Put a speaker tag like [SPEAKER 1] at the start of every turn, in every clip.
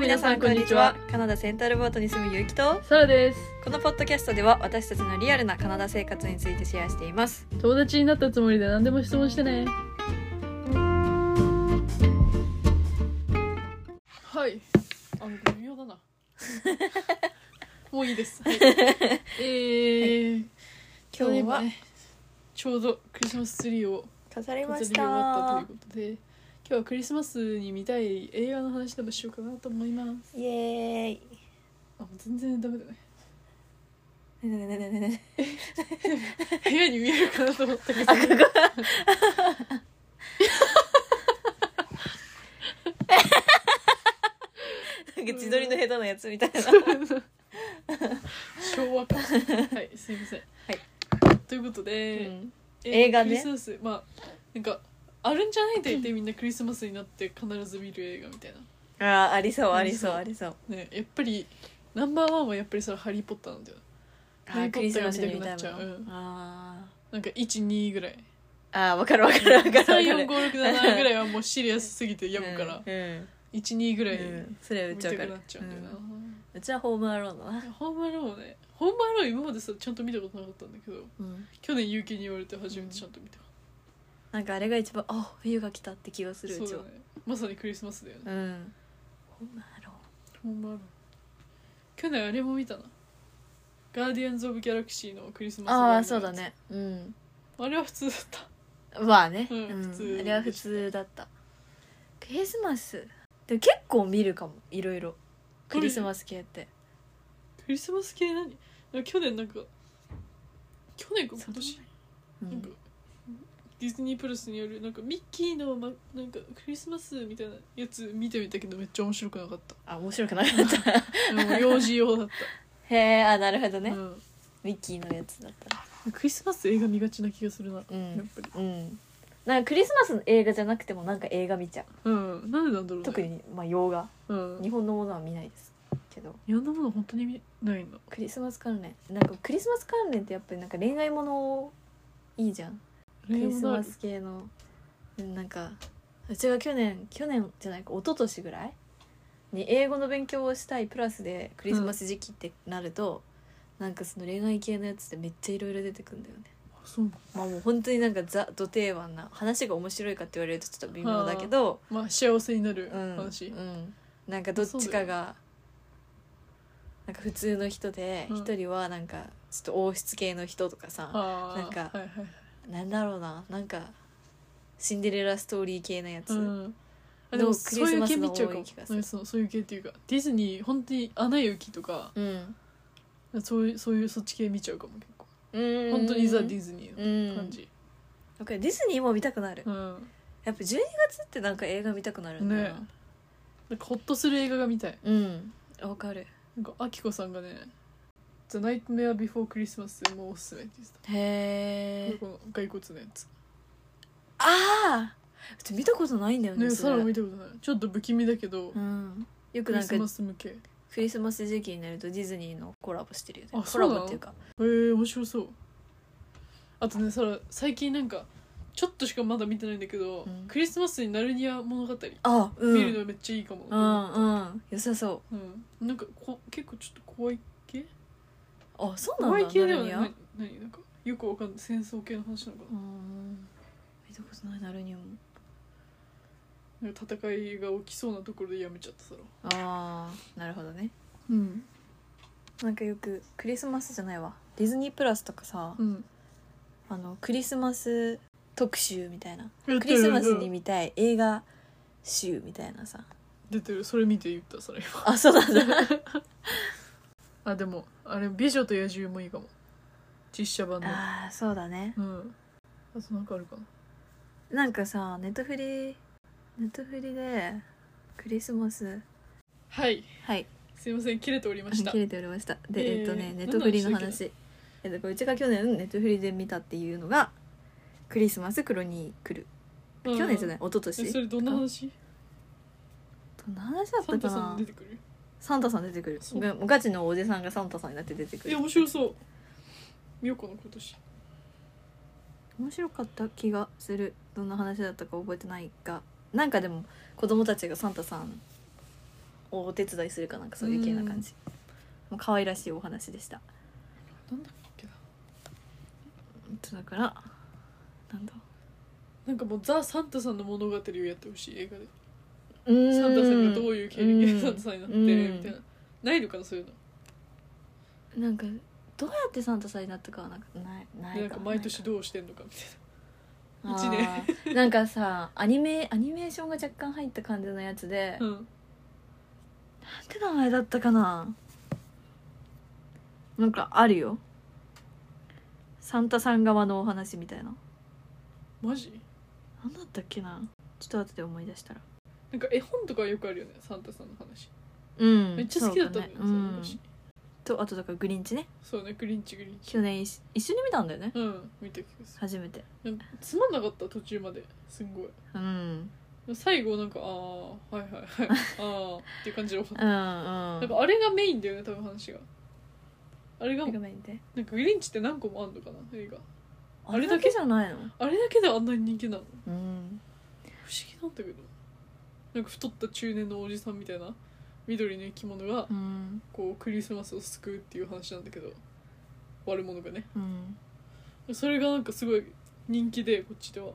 [SPEAKER 1] 皆さんこんにちはカナダセンタルボートに住むゆうきと
[SPEAKER 2] サラです
[SPEAKER 1] このポッドキャストでは私たちのリアルなカナダ生活についてシェアしています
[SPEAKER 2] 友達になったつもりで何でも質問してねはいあ微妙だ なもういいです、 はい、えー
[SPEAKER 1] 今日は
[SPEAKER 2] 例えばねちょうどクリスマスツリーを
[SPEAKER 1] 飾り
[SPEAKER 2] 飾
[SPEAKER 1] ま
[SPEAKER 2] り
[SPEAKER 1] し
[SPEAKER 2] 終わったと
[SPEAKER 1] た
[SPEAKER 2] いうことで今日はクリスマスに見たい映画の話でもしようかなと思います
[SPEAKER 1] イエーイ
[SPEAKER 2] あもう全然ダメだ ね
[SPEAKER 1] ねねねねねね
[SPEAKER 2] 部屋に見えるかなと思ったけど、
[SPEAKER 1] なんか自撮りの下手なやつみたいな
[SPEAKER 2] 昭和かはいすいませんということで、
[SPEAKER 1] うん
[SPEAKER 2] えー
[SPEAKER 1] 映画ね
[SPEAKER 2] クリスマスまあなんかあるんじゃない大体みんなクリスマスになって必ず見る映画みたい
[SPEAKER 1] あーありそう
[SPEAKER 2] うん
[SPEAKER 1] ありそ
[SPEAKER 2] そ
[SPEAKER 1] う
[SPEAKER 2] う
[SPEAKER 1] ありそう
[SPEAKER 2] なねやっぱりナンバーワンはやっぱりそれハリー・ポッターなんだよ
[SPEAKER 1] あ
[SPEAKER 2] ハリ
[SPEAKER 1] ー
[SPEAKER 2] ーポ
[SPEAKER 1] ク
[SPEAKER 2] ッ
[SPEAKER 1] リ
[SPEAKER 2] ター
[SPEAKER 1] ス
[SPEAKER 2] が
[SPEAKER 1] マ
[SPEAKER 2] 見
[SPEAKER 1] ス
[SPEAKER 2] た
[SPEAKER 1] に
[SPEAKER 2] く
[SPEAKER 1] 見
[SPEAKER 2] な
[SPEAKER 1] た
[SPEAKER 2] っ
[SPEAKER 1] い
[SPEAKER 2] ちゃう
[SPEAKER 1] もん
[SPEAKER 2] うん
[SPEAKER 1] あ
[SPEAKER 2] なんか12ぐらい
[SPEAKER 1] ーあーわかるわかるわかるわかる
[SPEAKER 2] 34567ぐらいはもうシリアスすぎてやむから
[SPEAKER 1] うんうん
[SPEAKER 2] 12ぐ
[SPEAKER 1] う
[SPEAKER 2] らい
[SPEAKER 1] んそれはめっ
[SPEAKER 2] 見
[SPEAKER 1] ちゃ
[SPEAKER 2] た
[SPEAKER 1] わ
[SPEAKER 2] く
[SPEAKER 1] か
[SPEAKER 2] な
[SPEAKER 1] る
[SPEAKER 2] っちゃうんだよな、
[SPEAKER 1] うちはホームアローンだな、
[SPEAKER 2] ホームアローンはねホームアローン今までさちゃんと見たことなかったんだけど去年有機に言われて初めてちゃんと見た、
[SPEAKER 1] なんかあれが一番あ冬が来たって気がするうち
[SPEAKER 2] そう
[SPEAKER 1] は
[SPEAKER 2] だねまさにクリスマスだよね、
[SPEAKER 1] うんホームアローン
[SPEAKER 2] ほんまある去年あれも見たなガーディアンズ・オブ・ギャラクシーのクリスマス
[SPEAKER 1] ああーそ
[SPEAKER 2] ライ
[SPEAKER 1] う
[SPEAKER 2] ブの
[SPEAKER 1] だ
[SPEAKER 2] やつ
[SPEAKER 1] ねうん
[SPEAKER 2] あれは普通だった
[SPEAKER 1] まあね、
[SPEAKER 2] うん
[SPEAKER 1] うん
[SPEAKER 2] 普通
[SPEAKER 1] あれは普通だったクリスマスでも結構見るかもいろいろクリスマス系って
[SPEAKER 2] クリスマス系何なんか去年なんか去年か今年
[SPEAKER 1] う
[SPEAKER 2] なんか
[SPEAKER 1] ん
[SPEAKER 2] ディズニープラスによるなんかミッキーの、ま、なんかクリスマスみたいなやつ見てみたけどめっちゃ面白くなかった
[SPEAKER 1] あ面白くなかった
[SPEAKER 2] でも幼児用だっ
[SPEAKER 1] へえあなるほど
[SPEAKER 2] た、
[SPEAKER 1] ね、
[SPEAKER 2] うん
[SPEAKER 1] ミッキーのやつだったら
[SPEAKER 2] クリスマス映画見がちな気がするな、
[SPEAKER 1] う
[SPEAKER 2] やっ
[SPEAKER 1] ん
[SPEAKER 2] ぱり
[SPEAKER 1] うんなんかクリスマスの映画じゃなくてもなんか映画見ちゃう
[SPEAKER 2] うんなんでなんだろう、ね、
[SPEAKER 1] 特、にまあ洋画
[SPEAKER 2] うん、
[SPEAKER 1] 日本のものは見ないですけど
[SPEAKER 2] いろんなもの本当に見ないの
[SPEAKER 1] クリスマス関連なんかクリスマス関連ってやっぱりなんか恋愛ものいいじゃんクリスマス系のなんかうちが去年去年じゃないか一昨年ぐらいに英語の勉強をしたいプラスでクリスマス時期ってなると、なんかその恋愛系のやつってめっちゃいろいろ出てくんだよね。
[SPEAKER 2] あそう
[SPEAKER 1] まあもう本当になんかザ・ド定番な話が面白いかって言われるとちょっと微妙だけど、
[SPEAKER 2] まあ幸せになる
[SPEAKER 1] うん
[SPEAKER 2] 話、
[SPEAKER 1] うん、なんかどっちかがなんか普通の人で
[SPEAKER 2] うん
[SPEAKER 1] 一、人はなんかちょっと王室系の人とかさ、
[SPEAKER 2] ああ
[SPEAKER 1] なん
[SPEAKER 2] は
[SPEAKER 1] か
[SPEAKER 2] いはいはい
[SPEAKER 1] なんだろうななんかシンデレラストーリー系のやつ、
[SPEAKER 2] うんあでも
[SPEAKER 1] の
[SPEAKER 2] そういう系見ちゃうか
[SPEAKER 1] クリス
[SPEAKER 2] も
[SPEAKER 1] マスの多い気がす
[SPEAKER 2] な
[SPEAKER 1] る
[SPEAKER 2] んかそうそういう系っていうかディズニー本当に「アナ雪」とか
[SPEAKER 1] うん、
[SPEAKER 2] そういうそういうそっち系見ちゃうかも結構
[SPEAKER 1] うん
[SPEAKER 2] 本当にザ・ディズニー
[SPEAKER 1] うん
[SPEAKER 2] の感じ
[SPEAKER 1] わかるディズニーも見たくなる、
[SPEAKER 2] うん、
[SPEAKER 1] やっぱ12月ってなんか映画見たくなるんだよな、
[SPEAKER 2] ねなんかホッとする映画が見たい
[SPEAKER 1] うんわかる
[SPEAKER 2] なんかあきこさんがね「The Nightmare Before Christmas」もうおすすめって言ってた
[SPEAKER 1] へえ
[SPEAKER 2] この骸骨のやつ
[SPEAKER 1] ああうち見たことないんだよね
[SPEAKER 2] ね
[SPEAKER 1] そ
[SPEAKER 2] サ
[SPEAKER 1] れ
[SPEAKER 2] ラ見たことないちょっと不気味だけど、
[SPEAKER 1] うん、よ
[SPEAKER 2] ク
[SPEAKER 1] くな
[SPEAKER 2] リ
[SPEAKER 1] ん
[SPEAKER 2] ス
[SPEAKER 1] か
[SPEAKER 2] マス向けへ
[SPEAKER 1] クリスマス時期になるとディズニーのコラボしてるよね
[SPEAKER 2] あ
[SPEAKER 1] コ
[SPEAKER 2] そう
[SPEAKER 1] ラ
[SPEAKER 2] なの
[SPEAKER 1] ボっていうか
[SPEAKER 2] えー、面白そうあとねサラ最近なんかちょっとしかまだ見てないんだけど、
[SPEAKER 1] うん
[SPEAKER 2] クリスマスにナルニア物語
[SPEAKER 1] あうん
[SPEAKER 2] 見るのめっちゃいいかも、
[SPEAKER 1] うんうん良さそ
[SPEAKER 2] うんなんかこ結構ちょっと怖い系
[SPEAKER 1] うあそうなんだ
[SPEAKER 2] 怖い系では
[SPEAKER 1] ナル
[SPEAKER 2] な
[SPEAKER 1] ニ
[SPEAKER 2] い何なんかよくわかんない戦争系の話なのか
[SPEAKER 1] アうん見たことないなるにも
[SPEAKER 2] ななんか戦いが起きそうなところでやめちゃったサラ
[SPEAKER 1] ああなるほどね
[SPEAKER 2] うん
[SPEAKER 1] なんかよくクリスマスじゃないわディズニープラスとかさ、
[SPEAKER 2] うん
[SPEAKER 1] あのクリスマス特集みたいな
[SPEAKER 2] ク
[SPEAKER 1] クリスマスに見たい映画集みたいなさ
[SPEAKER 2] 出てるそれ見て言ったサラ今
[SPEAKER 1] あそうなんだ
[SPEAKER 2] あでもあれ「美女と野獣」もいいかも実写版の
[SPEAKER 1] あーそうだね
[SPEAKER 2] うんあとなんかあるかな
[SPEAKER 1] なんかさネットフリネットフリでクリスマス
[SPEAKER 2] はい
[SPEAKER 1] はい
[SPEAKER 2] すいません切れておりました
[SPEAKER 1] 切れておりました
[SPEAKER 2] え
[SPEAKER 1] で、
[SPEAKER 2] ー
[SPEAKER 1] えっとねネットフリの
[SPEAKER 2] 何の話だ
[SPEAKER 1] 話えっとこれうちが去年ネットフリで見たっていうのが「クリスマスクロニクル」
[SPEAKER 2] うん
[SPEAKER 1] 去年じゃない一昨
[SPEAKER 2] えそ
[SPEAKER 1] 年
[SPEAKER 2] れどんな話
[SPEAKER 1] どんな話だっ
[SPEAKER 2] サン
[SPEAKER 1] た
[SPEAKER 2] タ
[SPEAKER 1] か
[SPEAKER 2] さん
[SPEAKER 1] な
[SPEAKER 2] 出てくる
[SPEAKER 1] サンタさん出てくる
[SPEAKER 2] そう
[SPEAKER 1] がガチのおじさんがサンタさんになって出てく
[SPEAKER 2] え
[SPEAKER 1] る
[SPEAKER 2] 面白そう見ようかな今年
[SPEAKER 1] 面白かった気がするどんな話だったか覚えてないがなんかでも子供たちがサンタさんをお手伝いするかなんかそういう系な感じ、もう可愛らしいお話でした
[SPEAKER 2] なんだっけな
[SPEAKER 1] だからなんだ
[SPEAKER 2] なんかもうザ・サンタさんの物語をやってほしい映画で
[SPEAKER 1] うーん
[SPEAKER 2] サンタさんがどういう経歴
[SPEAKER 1] う
[SPEAKER 2] で
[SPEAKER 1] ん
[SPEAKER 2] サンタさんになって
[SPEAKER 1] うん
[SPEAKER 2] みたいなないのかなそういうの
[SPEAKER 1] なんかどうやってサンタさんになったかはなんかないない
[SPEAKER 2] なんか毎年どうしてんのかみたい
[SPEAKER 1] ない
[SPEAKER 2] 一年
[SPEAKER 1] あーなんかさアニメアニメーションが若干入った感じのやつで、
[SPEAKER 2] なうん
[SPEAKER 1] なんて名前だったかななんかあるよサンタさん側のお話みたいな
[SPEAKER 2] マジ
[SPEAKER 1] なんだったっけなちょっと後で思い出したら
[SPEAKER 2] なんか絵本とかよくあるよねサンタさんの話
[SPEAKER 1] うん
[SPEAKER 2] めっちゃ好きだった
[SPEAKER 1] そ
[SPEAKER 2] の
[SPEAKER 1] う
[SPEAKER 2] よ
[SPEAKER 1] だね
[SPEAKER 2] そうの
[SPEAKER 1] ん
[SPEAKER 2] 話
[SPEAKER 1] とあとだからグリンチね
[SPEAKER 2] そうねグリンチグリンチ
[SPEAKER 1] 去年一一緒に見たんだよね
[SPEAKER 2] うん見てくださ
[SPEAKER 1] 初めて
[SPEAKER 2] いなんかつまんなかった途中まですんごい
[SPEAKER 1] うん
[SPEAKER 2] 最後なんかああはい はいはいああっていう感じで終わ
[SPEAKER 1] うんうん
[SPEAKER 2] ったなんかあれがメインだよね多分話があれが
[SPEAKER 1] なん
[SPEAKER 2] なんか
[SPEAKER 1] かメインで
[SPEAKER 2] グリンチって何個もあんのかな映画
[SPEAKER 1] あれだけじゃないの
[SPEAKER 2] あれだけであんなに人気なの
[SPEAKER 1] うん
[SPEAKER 2] 不思議なんだけどなんか太った中年のおじさんみたいな緑の生き物が
[SPEAKER 1] うん
[SPEAKER 2] こうクリスマスを救うっていう話なんだけど悪者がね
[SPEAKER 1] うん
[SPEAKER 2] それがなんかすごい人気でこっちでは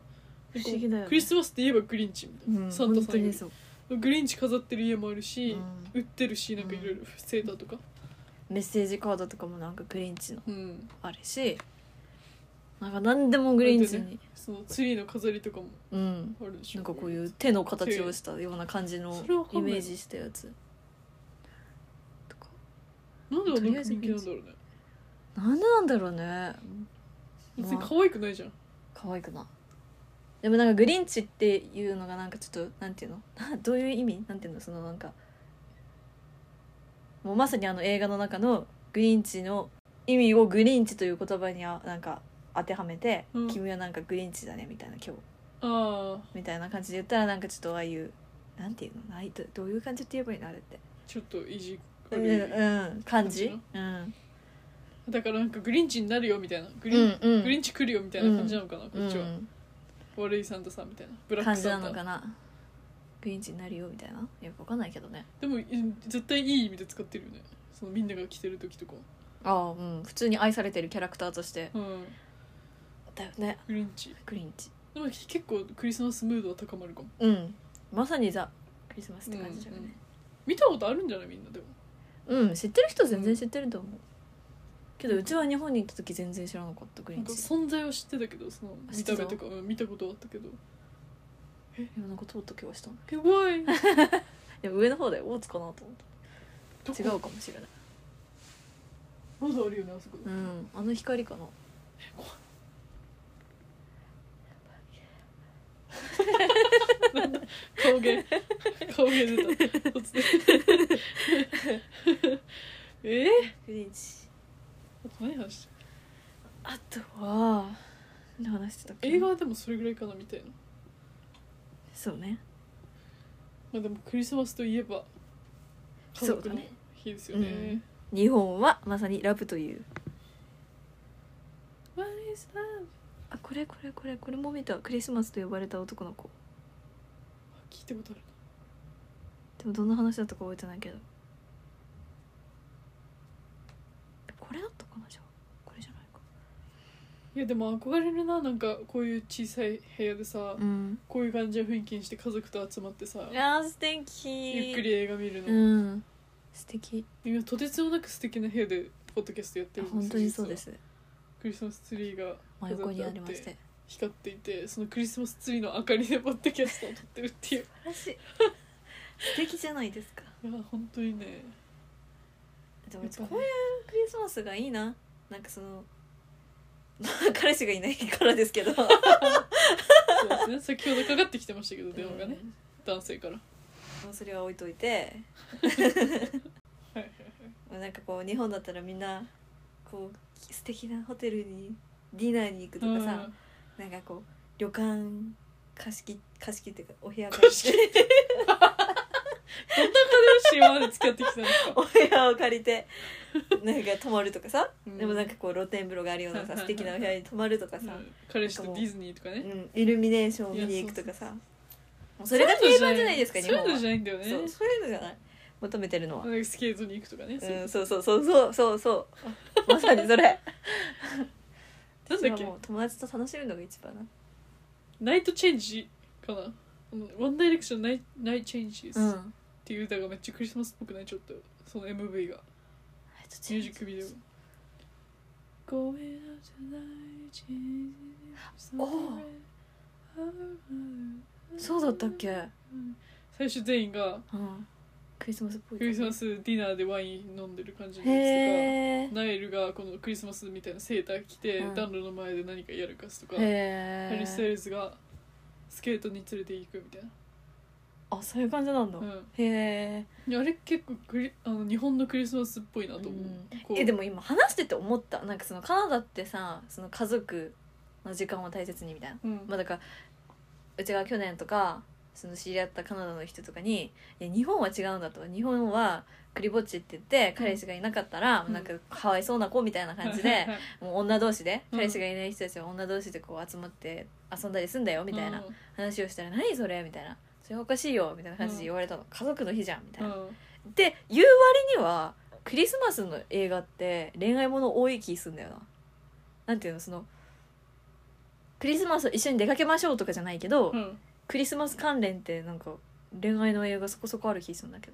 [SPEAKER 1] 不思議だよね
[SPEAKER 2] クリスマスって言えばグリンチみたいな、
[SPEAKER 1] うん
[SPEAKER 2] サンタ
[SPEAKER 1] 本
[SPEAKER 2] さん
[SPEAKER 1] 当
[SPEAKER 2] よ
[SPEAKER 1] に
[SPEAKER 2] り
[SPEAKER 1] そう
[SPEAKER 2] グリンチ飾ってる家もあるし、
[SPEAKER 1] うん
[SPEAKER 2] 売ってるしなんかいろいろセーターとか
[SPEAKER 1] メッセージカードとかもなんかグリンチの
[SPEAKER 2] うん
[SPEAKER 1] あるしなんか何でもグリンチに、
[SPEAKER 2] そのツリーの飾りとかも
[SPEAKER 1] うん
[SPEAKER 2] あるでしょ
[SPEAKER 1] なんかこういう手の形をしたような感じの
[SPEAKER 2] それはわか
[SPEAKER 1] イ
[SPEAKER 2] んない
[SPEAKER 1] メージしたやつとか
[SPEAKER 2] なんであんな人気なんだろうね
[SPEAKER 1] なんでなんだろうね
[SPEAKER 2] 別に可愛くないじゃん
[SPEAKER 1] 可愛くないでもなんかグリンチっていうのがなんかちょっとなんていうの どういう意味なんていうのそのなんかもうまさにあの映画の中のグリンチの意味をグリンチという言葉にあなんか当てはめて、
[SPEAKER 2] うん
[SPEAKER 1] 君はなんかグリンチだねみたいな今日
[SPEAKER 2] ああ
[SPEAKER 1] みたいな感じで言ったらなんかちょっとああいうなんていうのないどどういう感じって言えばいいのあれって
[SPEAKER 2] ちょっと意地
[SPEAKER 1] うん
[SPEAKER 2] 悪い、
[SPEAKER 1] うん感じ
[SPEAKER 2] 感
[SPEAKER 1] うん
[SPEAKER 2] だからなんかグリンチになるよみたいなグ
[SPEAKER 1] う
[SPEAKER 2] リン、
[SPEAKER 1] んうん
[SPEAKER 2] グリンチ来るよみたいな感じなのかな、こっちは、
[SPEAKER 1] う
[SPEAKER 2] 悪いサンタさんみたいなブラック
[SPEAKER 1] ん、感じ
[SPEAKER 2] サ
[SPEAKER 1] な
[SPEAKER 2] ンタ
[SPEAKER 1] のかなグリンチになるよみたいなよくわかんないけどね
[SPEAKER 2] でもい絶対いい意味で使ってるよねそのみんなが着てる時とか
[SPEAKER 1] ああうん普通に愛されてるキャラクターとして
[SPEAKER 2] うん
[SPEAKER 1] だよね
[SPEAKER 2] グリンチ
[SPEAKER 1] グリンチ
[SPEAKER 2] でも結構クリスマスムードは高まるかも
[SPEAKER 1] うんまさにザクリスマスって感じだよね
[SPEAKER 2] 見たことあるんじゃないみんなでも
[SPEAKER 1] うん、知ってる人全然知ってると思うけどうちは日本に行った時全然知らなかったグリ
[SPEAKER 2] なん
[SPEAKER 1] ン
[SPEAKER 2] か
[SPEAKER 1] チ
[SPEAKER 2] 存在は知ってたけどその
[SPEAKER 1] あ知
[SPEAKER 2] 見
[SPEAKER 1] っ
[SPEAKER 2] た
[SPEAKER 1] てた
[SPEAKER 2] 目とか、うん見たことはあったけど
[SPEAKER 1] いやなんか通った気がしたの
[SPEAKER 2] すご い
[SPEAKER 1] でも上の方で大津かなと思っ
[SPEAKER 2] ど
[SPEAKER 1] た
[SPEAKER 2] こ
[SPEAKER 1] 違うかもしれない
[SPEAKER 2] まだあるよねあそこ
[SPEAKER 1] うんあの光かな
[SPEAKER 2] 顔芸顔芸出た 突然えー、
[SPEAKER 1] グリンチ
[SPEAKER 2] あと何話して
[SPEAKER 1] あとは何話してたっけ
[SPEAKER 2] 映画はでもそれぐらいかなみたいな
[SPEAKER 1] そうね
[SPEAKER 2] まあでもクリスマスといえば家
[SPEAKER 1] そう
[SPEAKER 2] 族
[SPEAKER 1] だ
[SPEAKER 2] の
[SPEAKER 1] ね
[SPEAKER 2] 日ですよね
[SPEAKER 1] うん日本はまさにラブという
[SPEAKER 2] What is love?
[SPEAKER 1] あこれこれこれこれも見たクリスマスと呼ばれた男の子
[SPEAKER 2] あ聞いたことある
[SPEAKER 1] でもどんな話だったか覚えてないけどこれだったかなじゃあこれじゃないか
[SPEAKER 2] いやでも憧れるななんかこういう小さい部屋でさ、
[SPEAKER 1] うん
[SPEAKER 2] こういう感じの雰囲気にして家族と集まってさ
[SPEAKER 1] あー素敵
[SPEAKER 2] ゆっくり映画見るの、
[SPEAKER 1] うん素敵
[SPEAKER 2] 今とてつもなく素敵な部屋でポッドキャストやって
[SPEAKER 1] あ
[SPEAKER 2] るんです
[SPEAKER 1] 本当にそうで
[SPEAKER 2] 実は
[SPEAKER 1] す
[SPEAKER 2] クリスマスツリーが
[SPEAKER 1] 真横にありまし
[SPEAKER 2] 飾ってあって光っていてそのクリスマスツリーの明かりでポッドキャストを撮ってるって いう
[SPEAKER 1] 素晴らしい素敵じゃないですか
[SPEAKER 2] いや本当にね
[SPEAKER 1] でも
[SPEAKER 2] やっぱね
[SPEAKER 1] こういうクリスマスがいいななんかその まあ彼氏がいないからで すけど
[SPEAKER 2] そうですね先ほどかかってきてましたけど電話がね、
[SPEAKER 1] うん
[SPEAKER 2] 男性から
[SPEAKER 1] まあそれは置いといて
[SPEAKER 2] はいはい
[SPEAKER 1] まあなんかこう日本だったらみんなこう素敵なホテルにディナーに行くとかさ、なんかこう旅館貸し切貸し切っていうかお部屋借り
[SPEAKER 2] 貸してうん、今まで付き合ってきたんですか
[SPEAKER 1] お部屋を借りてなんか泊まるとかさ、
[SPEAKER 2] うん
[SPEAKER 1] でもなんか こう露天風呂があるようなさ素敵なお部屋に泊まるとかさ、
[SPEAKER 2] 彼氏とディズニーとか
[SPEAKER 1] う
[SPEAKER 2] ね
[SPEAKER 1] ん、イルミネーションを見に行くとかさもうそれが
[SPEAKER 2] そういうの
[SPEAKER 1] 定番じゃないですか日
[SPEAKER 2] そう
[SPEAKER 1] 本
[SPEAKER 2] いう
[SPEAKER 1] は
[SPEAKER 2] のじゃないんだよね
[SPEAKER 1] そうそういうのじゃない求めてるのは
[SPEAKER 2] なんかスケートに行くとかね、そううん
[SPEAKER 1] そうそうそうそうそうそう まさにそれ
[SPEAKER 2] なんだっ
[SPEAKER 1] 私
[SPEAKER 2] け
[SPEAKER 1] はもう友達と楽しむのが一番な
[SPEAKER 2] ナイトチェンジかなワンダイレクションナイナイトチェンジス、っ
[SPEAKER 1] ん
[SPEAKER 2] ていう歌がめっちゃクリスマスっぽくないちょっとその MV がミュージックビデオ Going out tonight, Jesus,
[SPEAKER 1] おーそうだったっけ、
[SPEAKER 2] 最初全員が
[SPEAKER 1] うん、クリスマスっぽい
[SPEAKER 2] クリスマスディナーでワイン飲んでる感じのや
[SPEAKER 1] へ
[SPEAKER 2] つ
[SPEAKER 1] え
[SPEAKER 2] とかナイルがこのクリスマスみたいなセーター着て、
[SPEAKER 1] うん
[SPEAKER 2] 暖炉の前で何かやるかすとかハ
[SPEAKER 1] へ
[SPEAKER 2] リー・スタイ
[SPEAKER 1] え
[SPEAKER 2] ルズがスケートに連れて行くみたい
[SPEAKER 1] あそういう感じなんだ、
[SPEAKER 2] な、うん
[SPEAKER 1] へえ
[SPEAKER 2] いやあれ結構クリあの日本のクリスマスっぽいなと思う,、
[SPEAKER 1] うん
[SPEAKER 2] こう
[SPEAKER 1] えでも今話してて思ったなんかそのカナダってさその家族の時間を大切にみたいな、
[SPEAKER 2] うん
[SPEAKER 1] まあ、だからうちが去年とかその知り合ったカナダの人とかに「いや日本は違うんだ」と「日本はクリぼっちって言って彼氏がいなかったら、
[SPEAKER 2] うん
[SPEAKER 1] なんかかわいそうな子」みたいな感じ
[SPEAKER 2] はい
[SPEAKER 1] で
[SPEAKER 2] はいはい
[SPEAKER 1] もう女同士で
[SPEAKER 2] うん
[SPEAKER 1] 彼氏がいない人たちは女同士でこう集まって遊んだりすんだよみたいな話をしたら「何それ?」みたいな「それおかしいよ」みたいな感じで言われたの「家族の日じゃん」みたいな
[SPEAKER 2] うん。うん
[SPEAKER 1] って言う割にはクリスマスの映画って恋愛もの多い気すんだよな。なんていうのそのクリスマス一緒に出かけましょうとかじゃないけど、
[SPEAKER 2] うん
[SPEAKER 1] クリスマス関連ってなんか恋愛の映画そこそこある気すんだけど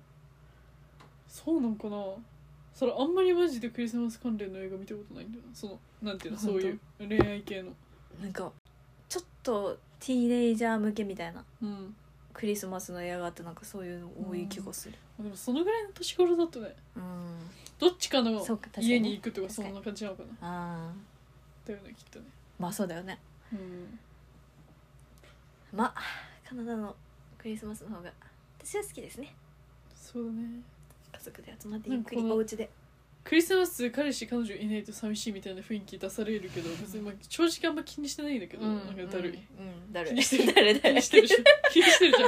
[SPEAKER 2] そうなんかなそれあんまりマジでクリスマス関連の映画見たことないんだよなそのなんていうの
[SPEAKER 1] 本
[SPEAKER 2] そ
[SPEAKER 1] 当
[SPEAKER 2] ういう恋愛系の
[SPEAKER 1] なんかちょっとティーネイジャー向けみたいな
[SPEAKER 2] うん
[SPEAKER 1] クリスマスの映画ってなんかそういうの多い気がする。
[SPEAKER 2] でもそのぐらいの年頃だとね
[SPEAKER 1] うん、
[SPEAKER 2] どっちかの
[SPEAKER 1] そうか確かに
[SPEAKER 2] 家に行くとか
[SPEAKER 1] 確か
[SPEAKER 2] そ
[SPEAKER 1] に
[SPEAKER 2] んな感じなのかな
[SPEAKER 1] あ
[SPEAKER 2] だよねきっとね
[SPEAKER 1] ーまあそうだよね。
[SPEAKER 2] うん
[SPEAKER 1] まあカナダのクリスマスの方が私は好きですね。
[SPEAKER 2] そうだね
[SPEAKER 1] 家族で集まってゆっくり
[SPEAKER 2] なんかこの
[SPEAKER 1] お家で。
[SPEAKER 2] クリスマス彼氏彼女いないと寂しいみたいな雰囲気出されるけど別にまあ正直あんま気にしてないんだけど、なんかだるい、
[SPEAKER 1] うん、うん、だるい
[SPEAKER 2] 気にしてる
[SPEAKER 1] だるいだ
[SPEAKER 2] 気
[SPEAKER 1] るい
[SPEAKER 2] にしてるし 気にしてるじゃん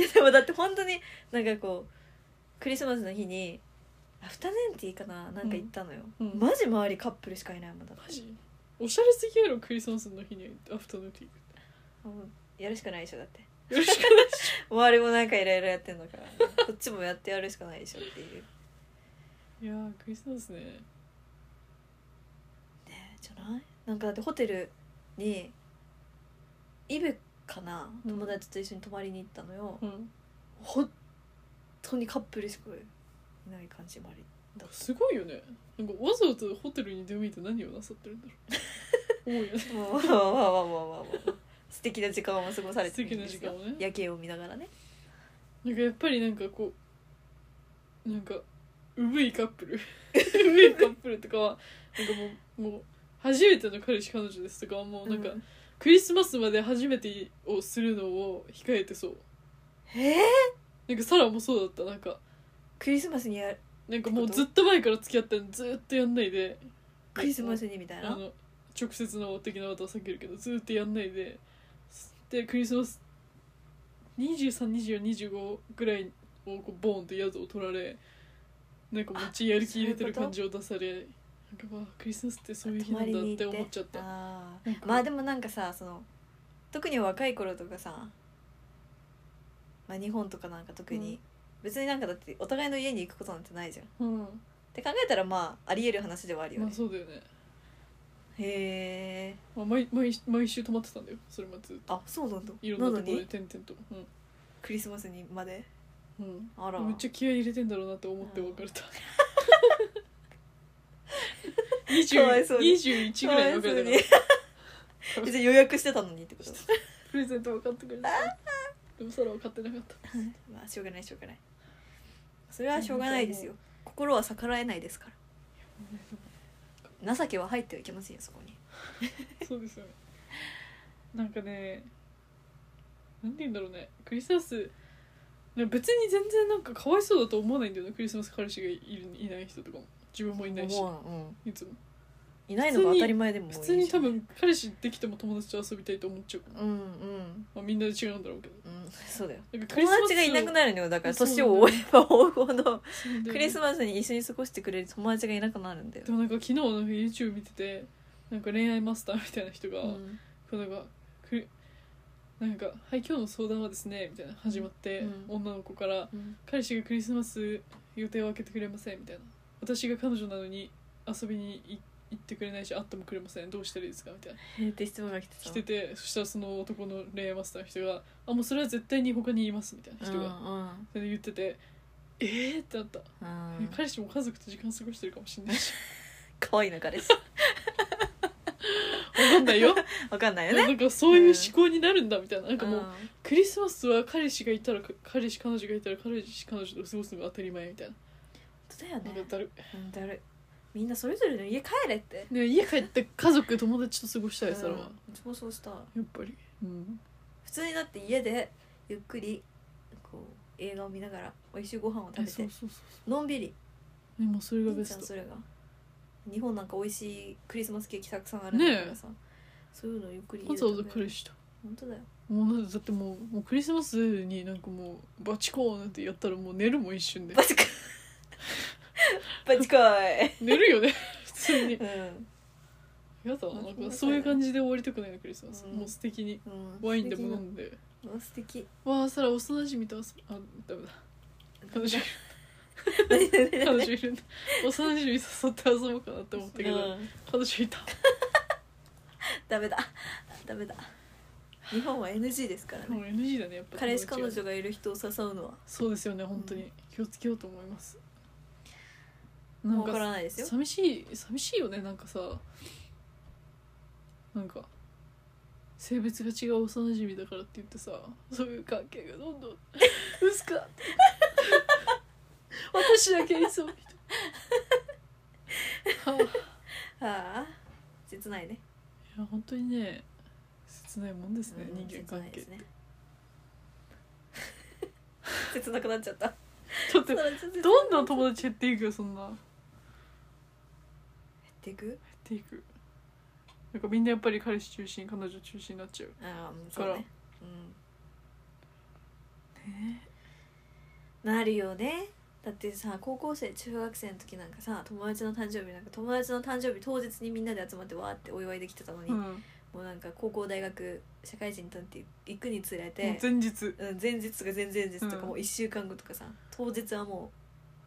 [SPEAKER 1] いやでもだって本当になんかこうクリスマスの日にアフタヌーンティーかななんか行ったのよ、
[SPEAKER 2] うんうん
[SPEAKER 1] マジ周りカップルしかいないもんだって
[SPEAKER 2] マジおしゃれすぎやろクリスマスの日にアフタヌーンティー
[SPEAKER 1] もうやるしかないでしょだって
[SPEAKER 2] よろしくお願いし
[SPEAKER 1] 周りもなんかいろいろやってんだから、 こっちもやってやるしかないでしょっていう
[SPEAKER 2] いやークリスマスね
[SPEAKER 1] ねじゃないなんかだってホテルにイブかな友達と一緒に泊まりに行ったのよ
[SPEAKER 2] うん
[SPEAKER 1] 本当にカップルしかいない感じ周りだった
[SPEAKER 2] すごいよねなんかわざわざホテルに出向いて何をなさってるんだろう思うよね
[SPEAKER 1] もうまあまあまあまあまあまあ素敵な時間を過ごされて
[SPEAKER 2] 素
[SPEAKER 1] るん
[SPEAKER 2] 敵な
[SPEAKER 1] です
[SPEAKER 2] 時
[SPEAKER 1] よ
[SPEAKER 2] 間をね
[SPEAKER 1] 夜景を見ながらね
[SPEAKER 2] なんかやっぱりなんかこうなんかうぶいカップルうぶいカップルとかはなんかもうもう初めての彼氏彼女ですとかはもうなんか、
[SPEAKER 1] うん
[SPEAKER 2] クリスマスまで初めてをするのを控えてそう
[SPEAKER 1] えー、
[SPEAKER 2] なんかサラもそうだったなんか
[SPEAKER 1] クリスマスにや
[SPEAKER 2] なんかもうずっと前から付き合ったのにずっとやんないで
[SPEAKER 1] クリスマスにみたい
[SPEAKER 2] あ
[SPEAKER 1] な
[SPEAKER 2] の直接の的なことは避けるけどずっとやんないででクリスマス232425ぐらいをこうボーンと宿を取られなんかもうちやる気入れてる
[SPEAKER 1] そうい
[SPEAKER 2] 感
[SPEAKER 1] うこ
[SPEAKER 2] じを出されなんかわあクリスマスってそういう日な
[SPEAKER 1] 泊ま
[SPEAKER 2] ん
[SPEAKER 1] り
[SPEAKER 2] だっ
[SPEAKER 1] に
[SPEAKER 2] て
[SPEAKER 1] 行って
[SPEAKER 2] 思っちゃった
[SPEAKER 1] あ
[SPEAKER 2] なんか
[SPEAKER 1] ーまあでもなんかさその特に若い頃とかさ、まあ、日本とかなんか特に、
[SPEAKER 2] うん
[SPEAKER 1] 別になんかだってお互いの家に行くことなんてないじゃんっ
[SPEAKER 2] うん
[SPEAKER 1] て考えたらまあありえる話ではあるよ
[SPEAKER 2] まあ
[SPEAKER 1] ね、
[SPEAKER 2] そうだよね、
[SPEAKER 1] へえ
[SPEAKER 2] まあ、毎毎毎週泊まってたんだよそれまでずっと
[SPEAKER 1] あそうなんだ
[SPEAKER 2] いろん
[SPEAKER 1] な
[SPEAKER 2] な
[SPEAKER 1] の
[SPEAKER 2] ところで
[SPEAKER 1] に
[SPEAKER 2] 点々と
[SPEAKER 1] クリスマスにまで
[SPEAKER 2] うん、うん
[SPEAKER 1] あら
[SPEAKER 2] めっちゃ気合い入れてんだろうなって思って別れた
[SPEAKER 1] かわいそうに
[SPEAKER 2] 20 21ぐらいの別れたから
[SPEAKER 1] かわいそうに 別に予約してたのにってこと
[SPEAKER 2] プレゼント分かってくれたでもそれは買ってなかった
[SPEAKER 1] まあしょうがないしょうがないそれはしょうがないですよ心は逆らえないですから情けは入ってはいけませんよそこに
[SPEAKER 2] そうですよねなんかねなんて言うんだろうねクリスマスなんか別に全然なんかかわいそうだと思わないんだよねクリスマス彼氏がいるいない人とかも自分もいないし
[SPEAKER 1] もう、う
[SPEAKER 2] い
[SPEAKER 1] ん、
[SPEAKER 2] つも
[SPEAKER 1] いないのが当たり前でも
[SPEAKER 2] 普通に多分彼氏できても友達と遊びたいと思っちゃうから、
[SPEAKER 1] うんうん
[SPEAKER 2] まあ、みんなで違うんだろうけど
[SPEAKER 1] うん、そうだよ
[SPEAKER 2] なんかクリス
[SPEAKER 1] 友
[SPEAKER 2] マス
[SPEAKER 1] 達がいなくなるのよだから
[SPEAKER 2] そうなん
[SPEAKER 1] 年
[SPEAKER 2] だよ
[SPEAKER 1] を追えば追うほど
[SPEAKER 2] で
[SPEAKER 1] クリスマスに一緒に過ごしてくれる友達がいなくなるんだよ
[SPEAKER 2] で、もなんか昨日なんか YouTube 見ててなんか恋愛マスターみたいな人が、
[SPEAKER 1] うん
[SPEAKER 2] こうなんかクリなんか「はい今日の相談はですね」みたいな始まって、
[SPEAKER 1] うん
[SPEAKER 2] 女の子から
[SPEAKER 1] うん
[SPEAKER 2] 「彼氏がクリスマス予定を空けてくれません」みたいな「私が彼女なのに遊びにい行ってくれないし会ってもくれませんどうしたらいいですか?」みたいな
[SPEAKER 1] へーって質問が来てた
[SPEAKER 2] 来ててそしたらその男の恋愛マスターの人が「あもうそれは絶対に他にいます」みたいな人が、
[SPEAKER 1] うん
[SPEAKER 2] それで言ってて「えー!」ってなった、
[SPEAKER 1] うんうん
[SPEAKER 2] 彼氏も家族と時間過ごしてるかもしれない し
[SPEAKER 1] 可愛いの彼氏
[SPEAKER 2] わかんないよ
[SPEAKER 1] わかんないよね
[SPEAKER 2] なんかそういう思考になるんだみたいななんかもう、
[SPEAKER 1] うん
[SPEAKER 2] クリスマスは彼氏がいたら彼氏彼女がいたら彼氏彼女と過ごすのが当たり前みたいな
[SPEAKER 1] そうだよ
[SPEAKER 2] なんか
[SPEAKER 1] ね
[SPEAKER 2] だる
[SPEAKER 1] うんだるいみんなそれぞれの家帰れって
[SPEAKER 2] ね家帰って家族友達と過ごした
[SPEAKER 1] う
[SPEAKER 2] い
[SPEAKER 1] ん
[SPEAKER 2] それはや
[SPEAKER 1] うちもそうした
[SPEAKER 2] っぱりうん
[SPEAKER 1] 普通にだって家でゆっくりこう映画を見ながら美味しいご飯を
[SPEAKER 2] え
[SPEAKER 1] 食
[SPEAKER 2] そう
[SPEAKER 1] べて
[SPEAKER 2] そうそ
[SPEAKER 1] のんびり
[SPEAKER 2] うでもそれが
[SPEAKER 1] い
[SPEAKER 2] ベ
[SPEAKER 1] いじゃ
[SPEAKER 2] ス
[SPEAKER 1] ん
[SPEAKER 2] ト
[SPEAKER 1] それが日本なんか美味しいクリスマスケーキたくさんあるんだからさ、そういうのゆっくり
[SPEAKER 2] わざわざ
[SPEAKER 1] れ
[SPEAKER 2] 彼
[SPEAKER 1] る
[SPEAKER 2] 氏と
[SPEAKER 1] 本当だよ
[SPEAKER 2] もうだってもうもうクリスマスになんかもうバチコーンなんてやったらもう寝るもん一瞬で
[SPEAKER 1] バチコイバチコ
[SPEAKER 2] 寝るよ ね普通に
[SPEAKER 1] イうん、
[SPEAKER 2] やだなんかそういう感じで終わりたくないのクリスマス、
[SPEAKER 1] うん
[SPEAKER 2] もう素敵に
[SPEAKER 1] うん、
[SPEAKER 2] ワインでも飲んで
[SPEAKER 1] うん素敵
[SPEAKER 2] わあさら幼馴染みと遊ぶあダメ だ彼女
[SPEAKER 1] 何何
[SPEAKER 2] 彼
[SPEAKER 1] 何
[SPEAKER 2] 女いるんだ幼馴染誘って遊ぼうかなって思ったけど、
[SPEAKER 1] うん
[SPEAKER 2] 彼女いた
[SPEAKER 1] ダメだダメだ日本は NG ですから
[SPEAKER 2] も
[SPEAKER 1] ね
[SPEAKER 2] う NG だねやっぱ
[SPEAKER 1] 彼氏彼
[SPEAKER 2] 友達
[SPEAKER 1] 女
[SPEAKER 2] が
[SPEAKER 1] がいる人を誘うのは
[SPEAKER 2] そうですよね本当に、
[SPEAKER 1] う
[SPEAKER 2] 気をつけようと思いますな
[SPEAKER 1] も
[SPEAKER 2] ん
[SPEAKER 1] う分から
[SPEAKER 2] か
[SPEAKER 1] ないですよ
[SPEAKER 2] 寂しい寂しいよねなんかさなんか性別が違う幼馴染だからって言ってさそういう関係がどんどん薄くなって私だけいそうみ たいなはあ
[SPEAKER 1] ああ切ないね
[SPEAKER 2] いや本当にね切ないもんですね、
[SPEAKER 1] う
[SPEAKER 2] 人
[SPEAKER 1] ん
[SPEAKER 2] 間
[SPEAKER 1] 切な
[SPEAKER 2] 関
[SPEAKER 1] い
[SPEAKER 2] 係、
[SPEAKER 1] ですね 切なくなっちゃった
[SPEAKER 2] ちょっとどんどん
[SPEAKER 1] 減っ
[SPEAKER 2] 友達減っていくよそんな減って
[SPEAKER 1] く
[SPEAKER 2] ていくなんかみんなやっぱり彼氏中心彼女中心になっちゃう
[SPEAKER 1] ああもう
[SPEAKER 2] か
[SPEAKER 1] そう
[SPEAKER 2] ら
[SPEAKER 1] ねうんなるよねだってさ高校生中学生の時なんかさ友達の誕生日なんか友達の誕生日当日にみんなで集まってわーってお祝いできてたのに、
[SPEAKER 2] うん
[SPEAKER 1] も
[SPEAKER 2] もう
[SPEAKER 1] うなんか高校大学社会人になって行くにつれて
[SPEAKER 2] 前日
[SPEAKER 1] うん、前日とか前々日とか
[SPEAKER 2] うん
[SPEAKER 1] もう1週間後とかさ当日はも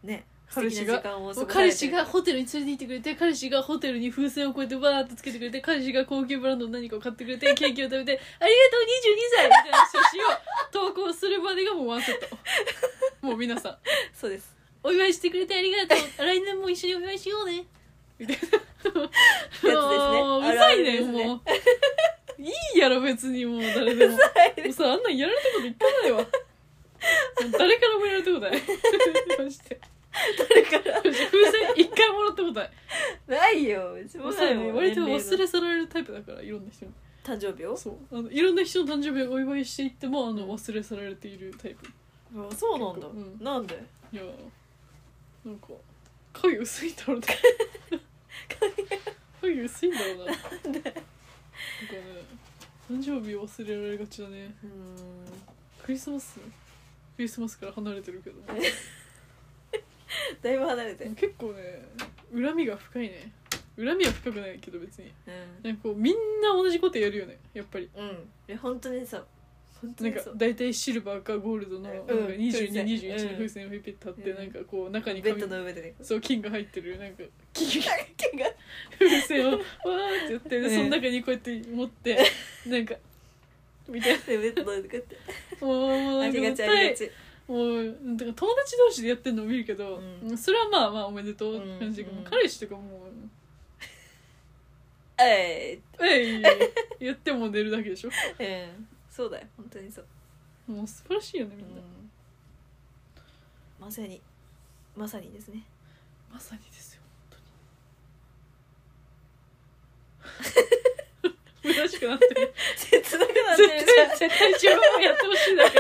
[SPEAKER 1] うね
[SPEAKER 2] 彼氏が
[SPEAKER 1] 素敵な時間を過
[SPEAKER 2] もう
[SPEAKER 1] ごされ
[SPEAKER 2] 彼
[SPEAKER 1] て
[SPEAKER 2] 氏がホテルに連れて行ってくれて彼氏がホテルに風船をこうやってバーってつけてくれて彼氏が高級ブランドの何かを買ってく れてケーキを食べて「ありがとう22歳!」みたいな写真を投稿するまでがもうワンセットもう皆さん
[SPEAKER 1] そうです
[SPEAKER 2] お祝いしてくれてありがと う来年も一緒にお祝いしようねみたいな
[SPEAKER 1] やつですね
[SPEAKER 2] もうう
[SPEAKER 1] ある
[SPEAKER 2] ざ
[SPEAKER 1] あ
[SPEAKER 2] い
[SPEAKER 1] る
[SPEAKER 2] ね
[SPEAKER 1] ですね
[SPEAKER 2] もういいやろ別にもう誰でももうさあんなんやられたこと一回もないわもう誰からもやられたことない マジで
[SPEAKER 1] 誰から
[SPEAKER 2] マジ風船一回もらったことない
[SPEAKER 1] ないようちも
[SPEAKER 2] もう
[SPEAKER 1] な
[SPEAKER 2] さ
[SPEAKER 1] いもん
[SPEAKER 2] 割と
[SPEAKER 1] 年
[SPEAKER 2] 忘
[SPEAKER 1] 齢の
[SPEAKER 2] れ去られるタイプだからいろんな人に
[SPEAKER 1] 誕生日を
[SPEAKER 2] そうあのいろんな人の誕生日をお祝いしていってもあの忘れ去られているタイプ
[SPEAKER 1] あそうなんだ、
[SPEAKER 2] うん
[SPEAKER 1] なんで
[SPEAKER 2] いやなんか影薄いんだろうな 影薄いんだろうななんかね誕生日忘れられがちだね
[SPEAKER 1] うーん
[SPEAKER 2] クリスマスクリスマスから離れてるけど
[SPEAKER 1] だいぶ離れてうん
[SPEAKER 2] 結構ね恨みが深いね恨みは深くないけど別になんかこうみんな同じことやるよねやっぱり
[SPEAKER 1] うんいや本当にそう本当
[SPEAKER 2] なん
[SPEAKER 1] に
[SPEAKER 2] か
[SPEAKER 1] そう
[SPEAKER 2] 大体シルバーかゴールドのなんか
[SPEAKER 1] うん
[SPEAKER 2] 2221の風船をピピッと立って
[SPEAKER 1] うん
[SPEAKER 2] なんかこう中に
[SPEAKER 1] ベ
[SPEAKER 2] 紙
[SPEAKER 1] ッドの上でね
[SPEAKER 2] そう金が入ってるなんか金が
[SPEAKER 1] 毛が
[SPEAKER 2] 風船をわーってやって、で
[SPEAKER 1] うん
[SPEAKER 2] その中にこうやって持 ってなんか
[SPEAKER 1] みたいなベッドの上でこうやって
[SPEAKER 2] もうもうな
[SPEAKER 1] あ
[SPEAKER 2] んか
[SPEAKER 1] りが
[SPEAKER 2] 絶
[SPEAKER 1] ちありが
[SPEAKER 2] 対
[SPEAKER 1] ち
[SPEAKER 2] もうなんか友達同士でやってるのを見るけど、
[SPEAKER 1] う
[SPEAKER 2] それはまあまあおめでとうって感じで、
[SPEAKER 1] うん
[SPEAKER 2] もう彼氏とかも
[SPEAKER 1] え
[SPEAKER 2] う「えい!」やっても寝るだけでしょ
[SPEAKER 1] いうんそうだよ本当にそう
[SPEAKER 2] もう素晴らしいよねみんな、
[SPEAKER 1] うんまさにまさにですね
[SPEAKER 2] まさにですよ本当に 虚しくなってる
[SPEAKER 1] 切なくなってる
[SPEAKER 2] 絶対絶対自分もやってほしいだ け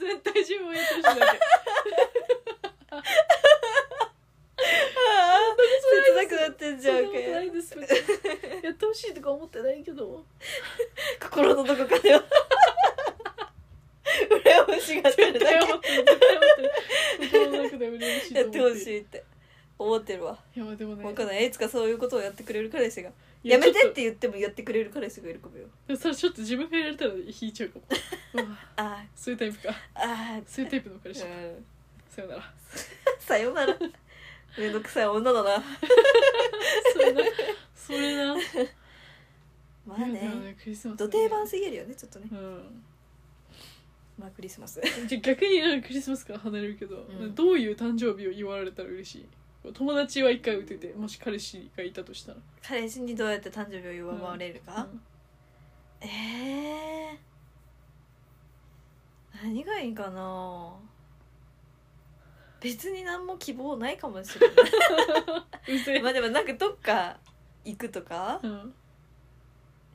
[SPEAKER 2] 絶対自分もやってほしいだけ
[SPEAKER 1] 切なくなってんじ
[SPEAKER 2] そ
[SPEAKER 1] ゃん
[SPEAKER 2] んなことないです別にやってほしいとか思ってないけど
[SPEAKER 1] 心のどこかでは羨ましがってるだ
[SPEAKER 2] 絶対思ってる絶対思ってる心の中で羨ましい
[SPEAKER 1] けやってほし
[SPEAKER 2] い
[SPEAKER 1] いって思ってるわ
[SPEAKER 2] いやまあでもね
[SPEAKER 1] 分かんないいつかそういうことをやってくれる彼氏が
[SPEAKER 2] い
[SPEAKER 1] やめ
[SPEAKER 2] ち
[SPEAKER 1] て
[SPEAKER 2] ょ
[SPEAKER 1] っ
[SPEAKER 2] と
[SPEAKER 1] て言ってもやってくれる彼氏がいるかもよ
[SPEAKER 2] でもそれちょっと自分がやられたら引いちゃうかもうわ
[SPEAKER 1] あ
[SPEAKER 2] そういうタイプか
[SPEAKER 1] ーあー
[SPEAKER 2] そういうタイプの彼氏
[SPEAKER 1] う
[SPEAKER 2] か
[SPEAKER 1] ん
[SPEAKER 2] さよなら
[SPEAKER 1] さよならめんどくさい女だな
[SPEAKER 2] それなそれな
[SPEAKER 1] まあ
[SPEAKER 2] いやでも
[SPEAKER 1] ね
[SPEAKER 2] ねクリスマスね
[SPEAKER 1] 土定番すぎるよねちょっとね
[SPEAKER 2] うん
[SPEAKER 1] まあクリスマス
[SPEAKER 2] じゃあ逆になんかクリスマスから離れるけど、
[SPEAKER 1] うん
[SPEAKER 2] どういう誕生日を言われたら嬉しい友達は一回打ててもし彼氏がいたとしたら、
[SPEAKER 1] 彼氏にどうやって誕生日を祝われるか、
[SPEAKER 2] うん
[SPEAKER 1] えー、何がいいかな別に何も希望ないかもしれな
[SPEAKER 2] うぜえ
[SPEAKER 1] い まあでもなんかどっか行くとか
[SPEAKER 2] うん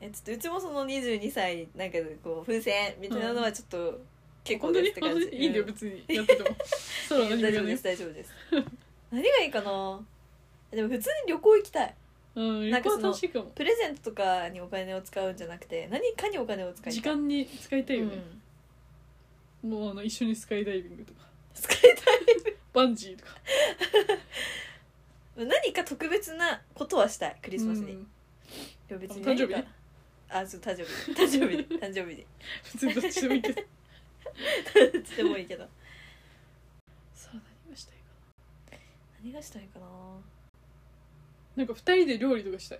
[SPEAKER 1] えちょっとうちもその22歳なんかこう風船みたいなのはちょっと結構
[SPEAKER 2] 本当
[SPEAKER 1] で
[SPEAKER 2] に
[SPEAKER 1] すって
[SPEAKER 2] 本
[SPEAKER 1] 感
[SPEAKER 2] 当
[SPEAKER 1] じ
[SPEAKER 2] にいいんだよ
[SPEAKER 1] うん
[SPEAKER 2] 別にやってて もそう何も
[SPEAKER 1] 大丈
[SPEAKER 2] 言わな
[SPEAKER 1] 夫で
[SPEAKER 2] い
[SPEAKER 1] す大丈夫です何がいいかなでも普通に旅行行きたい
[SPEAKER 2] うん
[SPEAKER 1] なん
[SPEAKER 2] 旅
[SPEAKER 1] かそ
[SPEAKER 2] 行
[SPEAKER 1] の
[SPEAKER 2] 楽しいかも
[SPEAKER 1] プレゼントとかにお金を使うんじゃなくて何かにお金を使いたい
[SPEAKER 2] 時間に使いたいよね、
[SPEAKER 1] うん
[SPEAKER 2] もうあの一緒にスカイダイビングとか
[SPEAKER 1] 使いたい
[SPEAKER 2] バンジーとか
[SPEAKER 1] 何か特別なことはしたいクリスマスに、
[SPEAKER 2] うん
[SPEAKER 1] でも別に
[SPEAKER 2] 誕生日
[SPEAKER 1] 何かあそう誕生日誕生日に誕生日に
[SPEAKER 2] 別にどっちでもいい けど
[SPEAKER 1] どっちでもいいけど
[SPEAKER 2] さあ何がしたいか
[SPEAKER 1] 何がしたいかな
[SPEAKER 2] ななんか二人で料理とかしたい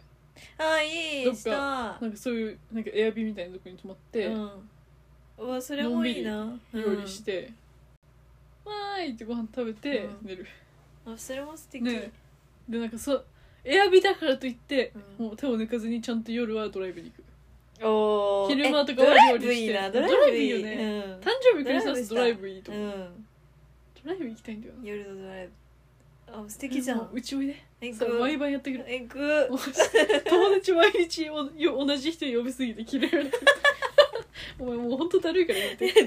[SPEAKER 1] あーい
[SPEAKER 2] どっ
[SPEAKER 1] い
[SPEAKER 2] か
[SPEAKER 1] した
[SPEAKER 2] なんかそういうなんかエアビーみたいなとこに泊まって、
[SPEAKER 1] うんうわそれもいいな、
[SPEAKER 2] 料理してて、わーいってご飯食べて
[SPEAKER 1] うん
[SPEAKER 2] 寝る、
[SPEAKER 1] うんあそれも素敵、
[SPEAKER 2] ねでなんかそうエアビだからといって、
[SPEAKER 1] うん
[SPEAKER 2] もう手を抜かずにちゃんと夜はドライブに行く
[SPEAKER 1] おー
[SPEAKER 2] 昼間とか
[SPEAKER 1] え
[SPEAKER 2] は
[SPEAKER 1] ドライ
[SPEAKER 2] 料
[SPEAKER 1] ブ
[SPEAKER 2] 理し
[SPEAKER 1] い
[SPEAKER 2] て
[SPEAKER 1] いなド
[SPEAKER 2] ド
[SPEAKER 1] ラ
[SPEAKER 2] ラ
[SPEAKER 1] イ
[SPEAKER 2] イ
[SPEAKER 1] ブ
[SPEAKER 2] ブ
[SPEAKER 1] いい
[SPEAKER 2] いいよね
[SPEAKER 1] うん
[SPEAKER 2] 誕生日クリスマスドライブいいと思う、
[SPEAKER 1] うん
[SPEAKER 2] ドライブ行きたいんだよな
[SPEAKER 1] 夜のドライブあ素敵じゃ
[SPEAKER 2] もうんうちおいで
[SPEAKER 1] え
[SPEAKER 2] それ毎
[SPEAKER 1] ぐ
[SPEAKER 2] 晩やってくる
[SPEAKER 1] えぐ
[SPEAKER 2] もう友達毎日およ同じ人呼びすぎて嫌いら れてお前もうほんとだるいからやめて
[SPEAKER 1] いいな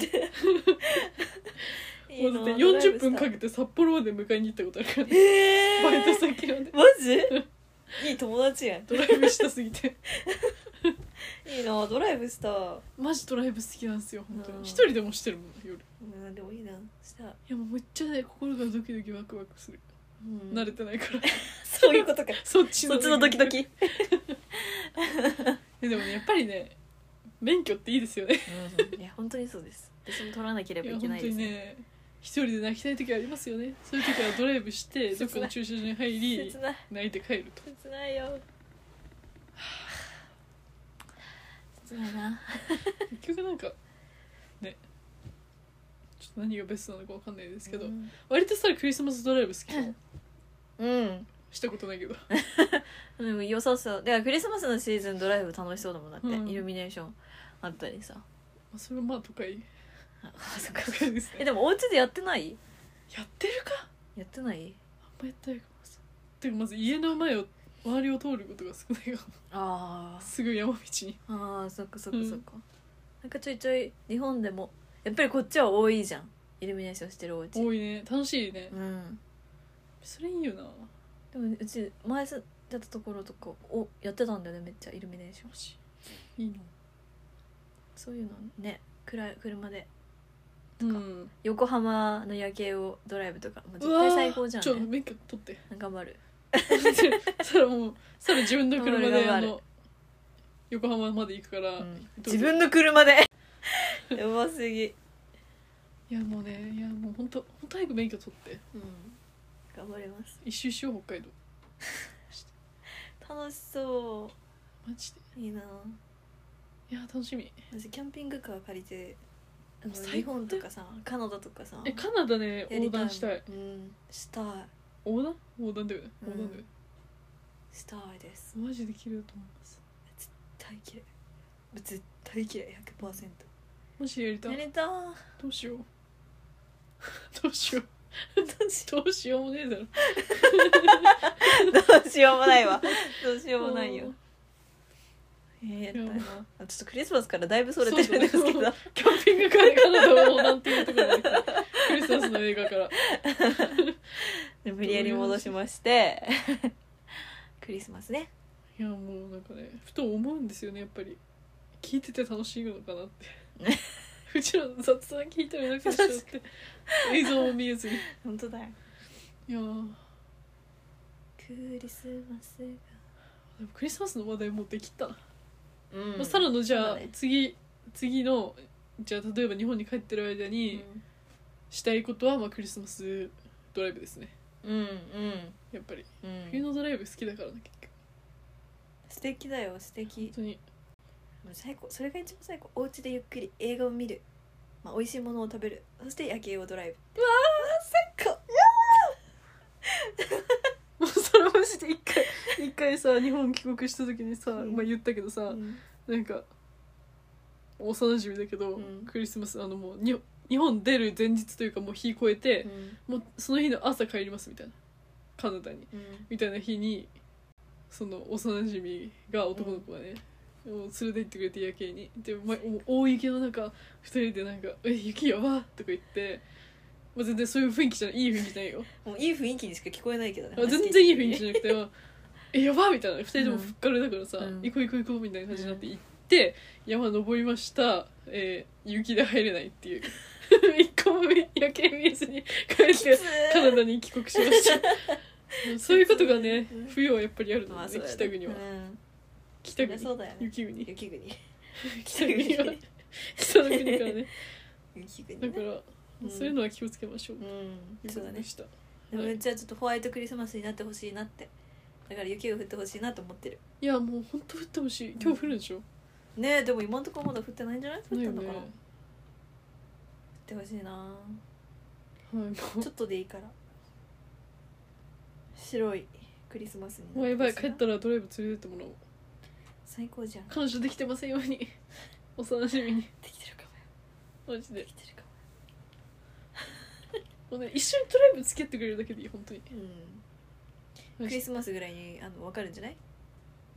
[SPEAKER 2] もうだって
[SPEAKER 1] ドライブ
[SPEAKER 2] 40
[SPEAKER 1] した
[SPEAKER 2] 分かけて札幌まで迎えに行ったことあるから、ね、
[SPEAKER 1] えー
[SPEAKER 2] バイト先まで
[SPEAKER 1] マジ いい友達やん
[SPEAKER 2] ドライブしたすぎて
[SPEAKER 1] いいなドライブした
[SPEAKER 2] マジドライブ好きなんですよ本当に
[SPEAKER 1] うん
[SPEAKER 2] 一人でもしてるもん夜い
[SPEAKER 1] うんでもいいなした、
[SPEAKER 2] やもうめっちゃね心がドキドキワクワクする、
[SPEAKER 1] うん
[SPEAKER 2] 慣れてない から
[SPEAKER 1] そういうことか
[SPEAKER 2] そっち
[SPEAKER 1] そっちのドキドキ、
[SPEAKER 2] えでもねやっぱりね免許っていいですよね
[SPEAKER 1] いや本当にそうです私も取らなければいけ
[SPEAKER 2] や
[SPEAKER 1] な
[SPEAKER 2] 本
[SPEAKER 1] い
[SPEAKER 2] 当
[SPEAKER 1] です
[SPEAKER 2] にね一人で泣きたい時ありますよねそういう時はドライブ してどっかの駐車場に入り
[SPEAKER 1] 切ない
[SPEAKER 2] 泣いて帰ると
[SPEAKER 1] 切ないよ切ないな
[SPEAKER 2] 結局なんかねちょっと何がベストなのかわかんないですけど、
[SPEAKER 1] うん、
[SPEAKER 2] 割とさクリスマスドライブ好きなの
[SPEAKER 1] うん、
[SPEAKER 2] したことないけど
[SPEAKER 1] でも良さそうだからクリスマスのシーズンドライブ楽しそうだもんだって、
[SPEAKER 2] うん
[SPEAKER 1] イルミネーションあったりさ
[SPEAKER 2] まあそれはまあ都会
[SPEAKER 1] あそっか
[SPEAKER 2] 都会です
[SPEAKER 1] え
[SPEAKER 2] ね
[SPEAKER 1] でもお家でやってない
[SPEAKER 2] やってるか
[SPEAKER 1] やってない
[SPEAKER 2] あんまやったいかもさてかまず家の前を周りを通ることが少ないかも
[SPEAKER 1] あー
[SPEAKER 2] すぐ山道 に
[SPEAKER 1] あーそっかそっかそっか、なんかちょいちょい日本でもやっぱりこっちは多いじゃんイルミネーションしてるお家
[SPEAKER 2] 多いね楽しいね
[SPEAKER 1] うん
[SPEAKER 2] それいいよな
[SPEAKER 1] でもうち前住んでたところとかおやってたんだよねめっちゃイルミネーション
[SPEAKER 2] マジいいの
[SPEAKER 1] そういうのね暗い車で
[SPEAKER 2] うん
[SPEAKER 1] 横浜の夜景をドライブとかもう絶
[SPEAKER 2] うわ
[SPEAKER 1] 対
[SPEAKER 2] ー
[SPEAKER 1] 最高じゃん、
[SPEAKER 2] ちょっと
[SPEAKER 1] ね、
[SPEAKER 2] 免許取って
[SPEAKER 1] 頑張る
[SPEAKER 2] そらもうそら自分の車
[SPEAKER 1] 頑張る
[SPEAKER 2] で
[SPEAKER 1] 頑張
[SPEAKER 2] あ
[SPEAKER 1] る
[SPEAKER 2] の横浜まで行くから、
[SPEAKER 1] うん
[SPEAKER 2] どうぞ
[SPEAKER 1] 自分の車で やばすぎ、
[SPEAKER 2] いやもうねいやもう本当本当早く免許取って
[SPEAKER 1] うん、頑張ります
[SPEAKER 2] 一周しよう北海道
[SPEAKER 1] 楽しそ
[SPEAKER 2] マジで
[SPEAKER 1] ういいない
[SPEAKER 2] や楽しみ
[SPEAKER 1] 私キャンピングカー借りてあの
[SPEAKER 2] 最高だよ
[SPEAKER 1] 日本とかさカナダとかさ
[SPEAKER 2] えカナダね
[SPEAKER 1] やり
[SPEAKER 2] 横断したい
[SPEAKER 1] うんしたい
[SPEAKER 2] 横断横断だよね横断だよね、
[SPEAKER 1] したいです
[SPEAKER 2] マジで綺麗だと思います
[SPEAKER 1] 絶対綺麗絶対綺麗100%
[SPEAKER 2] もしやりたい
[SPEAKER 1] や りたー
[SPEAKER 2] どうしようどうしようどうしようもねえだろ
[SPEAKER 1] どうしようもないわどうしようもないよえー、やったい
[SPEAKER 2] いや
[SPEAKER 1] なあちょっとクリスマスからだいぶそれてるんですけ
[SPEAKER 2] そう
[SPEAKER 1] ど
[SPEAKER 2] だキャンピングカーでカナダを横断っていうところまで来たクリスマスの映画から
[SPEAKER 1] で無理やり戻しましてクリスマスね
[SPEAKER 2] いやもうなんかねふと思うんですよねやっぱり聞いてて楽しいのかなって うちらの雑談聞いたり なんかしちゃって映像も見えずに
[SPEAKER 1] 本当だよ
[SPEAKER 2] いやー
[SPEAKER 1] クリスマスが
[SPEAKER 2] でもクリスマスの話題もうできたな、
[SPEAKER 1] うん
[SPEAKER 2] まあ、サラのじ
[SPEAKER 1] そ
[SPEAKER 2] ゃ
[SPEAKER 1] う
[SPEAKER 2] あ、
[SPEAKER 1] だね
[SPEAKER 2] 次次のじゃあ例えば日本に帰ってる間
[SPEAKER 1] う
[SPEAKER 2] に
[SPEAKER 1] ん
[SPEAKER 2] したいことは、まあ、クリスマスドライブですね
[SPEAKER 1] うん
[SPEAKER 2] やっぱり
[SPEAKER 1] うんうん
[SPEAKER 2] 冬のドライブ好きだからな結局
[SPEAKER 1] 素敵だよ素敵
[SPEAKER 2] 本当に
[SPEAKER 1] もう最高それが一番最高お家でゆっくり映画を見る、まあ、美味しいものを食べるそして夜景をドライブうわー最高
[SPEAKER 2] もう それマジで一回一回さ日本帰国した時にさ、
[SPEAKER 1] うん
[SPEAKER 2] まあ、言ったけどさ、
[SPEAKER 1] うん
[SPEAKER 2] なんか幼馴染だけど、
[SPEAKER 1] うん
[SPEAKER 2] クリスマスあのもうに日本出る前日というかもう日越えて、もうその日の朝帰りますみたいなカナダに
[SPEAKER 1] うん
[SPEAKER 2] みたいな日にその幼馴染が男の子がね、もう連れて行ってくれて夜景にで、ま、もう大雪の中二人でなんか「え雪やば!」とか言って、まあ、全然そういう雰囲気じゃないいい雰囲気じゃないよ
[SPEAKER 1] もういい雰囲気にしか聞こえないけどね
[SPEAKER 2] あ全然いい雰囲気
[SPEAKER 1] 気
[SPEAKER 2] じゃなくて あ「えやば!」みたいな2人ともふっかるだからさ、
[SPEAKER 1] うん
[SPEAKER 2] 行こう行こう行こうみたいな感じになって行って、山登りました、えー雪で入れないっていう 一個も夜景見えずに帰って カナダに帰国しました そういうことがね
[SPEAKER 1] うん
[SPEAKER 2] 冬はやっぱりあるの
[SPEAKER 1] まあ
[SPEAKER 2] ね、
[SPEAKER 1] そうだ
[SPEAKER 2] 北
[SPEAKER 1] よね
[SPEAKER 2] 国は、
[SPEAKER 1] うん
[SPEAKER 2] 北
[SPEAKER 1] そりゃそう
[SPEAKER 2] 国
[SPEAKER 1] だよね
[SPEAKER 2] 雪国
[SPEAKER 1] 雪国
[SPEAKER 2] 北国は北の国からね
[SPEAKER 1] 雪
[SPEAKER 2] だ
[SPEAKER 1] 国
[SPEAKER 2] か
[SPEAKER 1] ね
[SPEAKER 2] ら、
[SPEAKER 1] うん
[SPEAKER 2] そういうのは気をつけましょう
[SPEAKER 1] うん
[SPEAKER 2] いう
[SPEAKER 1] そ
[SPEAKER 2] こと
[SPEAKER 1] うだね
[SPEAKER 2] でした
[SPEAKER 1] で
[SPEAKER 2] は
[SPEAKER 1] も
[SPEAKER 2] いう
[SPEAKER 1] ちはちょっとホワイトクリスマスになってほしいなってだから雪が降ってほしいなと思ってる
[SPEAKER 2] いやもう本当降ってほしい今日降るんでしょ、
[SPEAKER 1] ねえでも今のところまだ降ってないんじゃない降
[SPEAKER 2] な
[SPEAKER 1] っ
[SPEAKER 2] い
[SPEAKER 1] た
[SPEAKER 2] よ
[SPEAKER 1] のか
[SPEAKER 2] ね
[SPEAKER 1] な、
[SPEAKER 2] は
[SPEAKER 1] 降ってほしいない
[SPEAKER 2] もう
[SPEAKER 1] ちょっとでいいから白いクリスマスにな
[SPEAKER 2] もうやばい
[SPEAKER 1] ほし
[SPEAKER 2] 帰ったらドライブ連れてってもらおう
[SPEAKER 1] 最高じゃんで
[SPEAKER 2] 彼女できてませんよう にお楽しみに
[SPEAKER 1] きてるかもよ
[SPEAKER 2] マジ
[SPEAKER 1] で
[SPEAKER 2] で
[SPEAKER 1] きてるかも
[SPEAKER 2] もうね一緒にドライブ付き合ってくれるだけでいい本当に
[SPEAKER 1] うんクリスマスぐらいにあの分かるんじゃない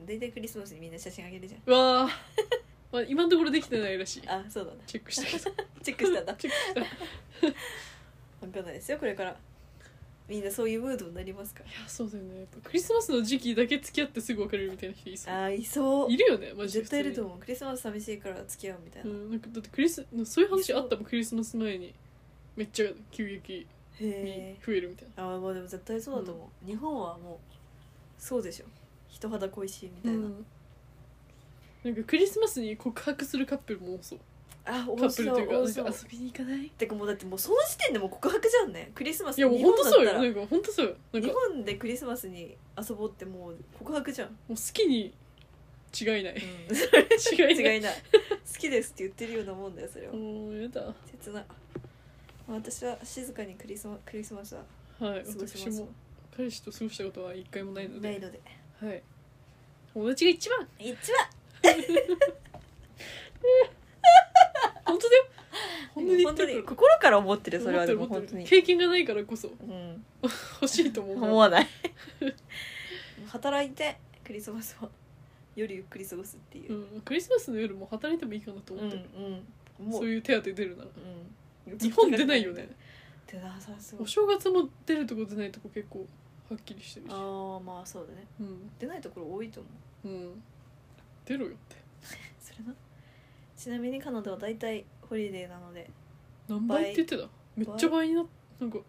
[SPEAKER 1] 大体クリスマスにみんな写真あげるじ
[SPEAKER 2] うわあ、まあ、今のところできてないらしい
[SPEAKER 1] ゃんあそうなんだ
[SPEAKER 2] チェックしたけど
[SPEAKER 1] チェックしたんだ
[SPEAKER 2] チェックしたいや
[SPEAKER 1] 分かんないですよこれからみんなそういうムードになりますから
[SPEAKER 2] そうだよねやっぱクリスマスの時期だけ付き合ってすぐ別れるみたいな人いそう
[SPEAKER 1] あーいそう
[SPEAKER 2] いるよねマジで
[SPEAKER 1] 絶対いると
[SPEAKER 2] 思
[SPEAKER 1] 思うクリスマス寂しいから付き合うみたいな、
[SPEAKER 2] ん、なんかだってクリスそういう話あったもんクリスマス前にめっちゃ急激に
[SPEAKER 1] へえ
[SPEAKER 2] 増えるみたいな
[SPEAKER 1] あーまあでも絶対そうだと思う、日本はもうそうでしょ人肌恋しいみたいな、
[SPEAKER 2] うんなんかクリスマスに告白するカップルも多そう
[SPEAKER 1] あ
[SPEAKER 2] カ
[SPEAKER 1] 多
[SPEAKER 2] ップル
[SPEAKER 1] そう
[SPEAKER 2] というか
[SPEAKER 1] 多
[SPEAKER 2] な
[SPEAKER 1] そ
[SPEAKER 2] ん
[SPEAKER 1] う
[SPEAKER 2] か遊びに行かない
[SPEAKER 1] てかもうだってもうその時点でもう告白じゃんねクリスマス
[SPEAKER 2] いやもう
[SPEAKER 1] 日
[SPEAKER 2] 本
[SPEAKER 1] 本
[SPEAKER 2] 当
[SPEAKER 1] だっ
[SPEAKER 2] そう
[SPEAKER 1] た
[SPEAKER 2] よ
[SPEAKER 1] ら
[SPEAKER 2] なんか本当そうよなんか
[SPEAKER 1] 日
[SPEAKER 2] も
[SPEAKER 1] 本でクリスマスに遊ぼうってもう告白じゃん、
[SPEAKER 2] う好きに違いない違 い
[SPEAKER 1] 違
[SPEAKER 2] ない
[SPEAKER 1] いない好きですって言ってるようなもんだよそれは
[SPEAKER 2] もうやだ
[SPEAKER 1] 切ないまあ私は静かにクリスマクリスマスは
[SPEAKER 2] はい
[SPEAKER 1] 過ごし
[SPEAKER 2] 私
[SPEAKER 1] ます
[SPEAKER 2] も彼氏と過ごしたことは一回もないので
[SPEAKER 1] ないので
[SPEAKER 2] はい友達が一 番
[SPEAKER 1] 一番
[SPEAKER 2] 本当だよ本当に言
[SPEAKER 1] 本
[SPEAKER 2] って
[SPEAKER 1] 当に
[SPEAKER 2] るから
[SPEAKER 1] 心から思ってるそ
[SPEAKER 2] 思
[SPEAKER 1] れ
[SPEAKER 2] って
[SPEAKER 1] はで
[SPEAKER 2] る
[SPEAKER 1] も
[SPEAKER 2] 思っ
[SPEAKER 1] 本
[SPEAKER 2] て
[SPEAKER 1] 当
[SPEAKER 2] る
[SPEAKER 1] に
[SPEAKER 2] 経験がないからこそ
[SPEAKER 1] うん
[SPEAKER 2] 欲しいと思う
[SPEAKER 1] 思 わない働いてクリスマスを夜ゆっくり過ごすっていうう、
[SPEAKER 2] ん、クリスマスの夜も働いてもいいかなと
[SPEAKER 1] うん
[SPEAKER 2] 思ってる、
[SPEAKER 1] うんもう
[SPEAKER 2] そういう手当て出るなら
[SPEAKER 1] うん
[SPEAKER 2] 日本出ないよね
[SPEAKER 1] 出なさそう
[SPEAKER 2] お正月も出るとこ出ないとこ結構はっきりしてるし
[SPEAKER 1] ああまあそうだね
[SPEAKER 2] うん、
[SPEAKER 1] 出ないところ多いと思う
[SPEAKER 2] うん、出ろよって
[SPEAKER 1] それなちなみにカナダは大体ホリデーなので
[SPEAKER 2] 何倍って言ってためっちゃ倍になっなんか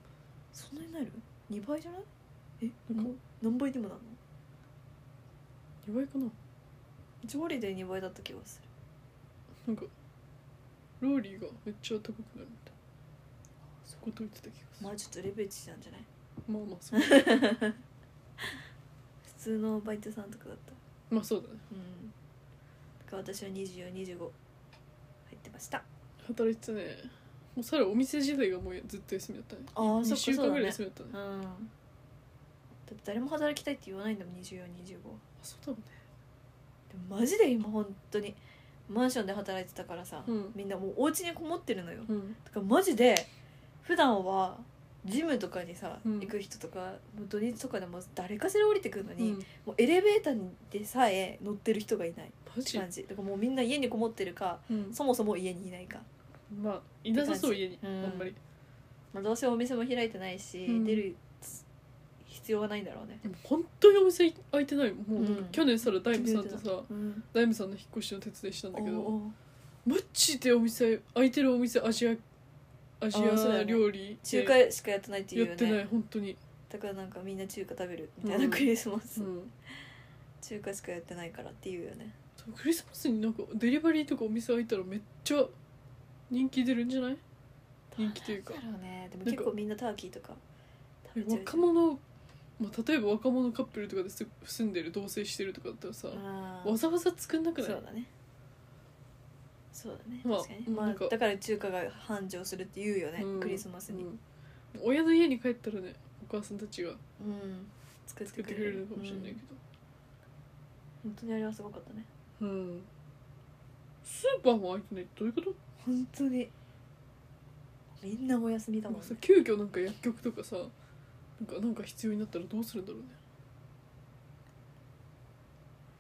[SPEAKER 1] そんなになる2倍じゃないえ
[SPEAKER 2] なんか
[SPEAKER 1] もう何倍でもなる
[SPEAKER 2] 2
[SPEAKER 1] の
[SPEAKER 2] 倍かな
[SPEAKER 1] うちホリデー2倍だった気がす
[SPEAKER 2] な
[SPEAKER 1] る
[SPEAKER 2] んかローリーがめっちゃ高くなるみたいなそこと言ってた気がする
[SPEAKER 1] まあちょっとレベチなんじゃない
[SPEAKER 2] まあまあそう
[SPEAKER 1] 普通のバイトさんとかだった
[SPEAKER 2] まあそうだね
[SPEAKER 1] うんだから私は2425入ってました
[SPEAKER 2] 働いてたねもうさらお店自体がもうずっと休みだったね
[SPEAKER 1] あー
[SPEAKER 2] 2
[SPEAKER 1] そっか
[SPEAKER 2] 週
[SPEAKER 1] そう
[SPEAKER 2] 間
[SPEAKER 1] だ
[SPEAKER 2] ぐらい
[SPEAKER 1] ね
[SPEAKER 2] 休みだったね
[SPEAKER 1] うんだって誰も働きたいって言わないんだもん2425でも
[SPEAKER 2] あそうだもんね
[SPEAKER 1] マジで今本当にマンションで働いてたからさ、
[SPEAKER 2] うん
[SPEAKER 1] みんなもうお家にこもってるのよ
[SPEAKER 2] うん
[SPEAKER 1] だからマジで普段はジムとかにさ、
[SPEAKER 2] うん
[SPEAKER 1] 行く人とかもう土日とかでも誰かしら降りてくるの
[SPEAKER 2] う
[SPEAKER 1] に、
[SPEAKER 2] ん
[SPEAKER 1] もうエレベーターでさえ乗ってる人がいない
[SPEAKER 2] マジ
[SPEAKER 1] 感じだからもうみんな家にこもってるか
[SPEAKER 2] うん
[SPEAKER 1] そもそも家にいないか、
[SPEAKER 2] まあいなさそう
[SPEAKER 1] って
[SPEAKER 2] 家にあ
[SPEAKER 1] うん
[SPEAKER 2] んまり
[SPEAKER 1] まあ、どうせお店も開いてないし、
[SPEAKER 2] うん
[SPEAKER 1] 出る必要はないんだろうね
[SPEAKER 2] でも本当にお店開いてないもんもうなん
[SPEAKER 1] う
[SPEAKER 2] か
[SPEAKER 1] ん
[SPEAKER 2] 去年さら大ムさんとさ
[SPEAKER 1] うん
[SPEAKER 2] 大ムさんの引っ越しの手伝いしたんだけ
[SPEAKER 1] おう
[SPEAKER 2] ど
[SPEAKER 1] おう
[SPEAKER 2] マジでお店開いてるお店アジアアジ
[SPEAKER 1] あーそうだ
[SPEAKER 2] ア
[SPEAKER 1] よね
[SPEAKER 2] 料理
[SPEAKER 1] 中華しかやってないっていうよ
[SPEAKER 2] や
[SPEAKER 1] ね
[SPEAKER 2] ってない本当に
[SPEAKER 1] だからなんかみんな中華食べるみたいな
[SPEAKER 2] うん
[SPEAKER 1] クリスマス、
[SPEAKER 2] うん
[SPEAKER 1] 中華しかやってないからっていうよね
[SPEAKER 2] そうクリスマスになんかデリバリーとかお店開いたらめっちゃ人気出るんじゃない人気というか
[SPEAKER 1] どうなんだろうねでも
[SPEAKER 2] なん
[SPEAKER 1] 結
[SPEAKER 2] か
[SPEAKER 1] 構みんなターキーとか食べちゃう
[SPEAKER 2] 若者、まあ、例えば若者カップルとかです住んでる同棲してるとかだったらさ
[SPEAKER 1] あー
[SPEAKER 2] わざわざ作んなくない
[SPEAKER 1] そうだねそうだね
[SPEAKER 2] まあ
[SPEAKER 1] 確かに、
[SPEAKER 2] うん
[SPEAKER 1] まあ
[SPEAKER 2] なんか
[SPEAKER 1] だから中華が繁盛するって言うよね、
[SPEAKER 2] うん
[SPEAKER 1] クリスマスに、
[SPEAKER 2] うん親の家に帰ったらねお母さんたちが
[SPEAKER 1] うん作っ
[SPEAKER 2] 作
[SPEAKER 1] て
[SPEAKER 2] って
[SPEAKER 1] く
[SPEAKER 2] くれ
[SPEAKER 1] れ
[SPEAKER 2] る
[SPEAKER 1] る
[SPEAKER 2] のかもしれないけ
[SPEAKER 1] うん本当にあれはすごかったね
[SPEAKER 2] ど、うんスーパーも開いてないってどういうこと
[SPEAKER 1] 本当にみんなお休みだもん
[SPEAKER 2] なんかさ
[SPEAKER 1] ね
[SPEAKER 2] 急遽なんか薬局とかさなんかなんか必要になったらどうするんだろうね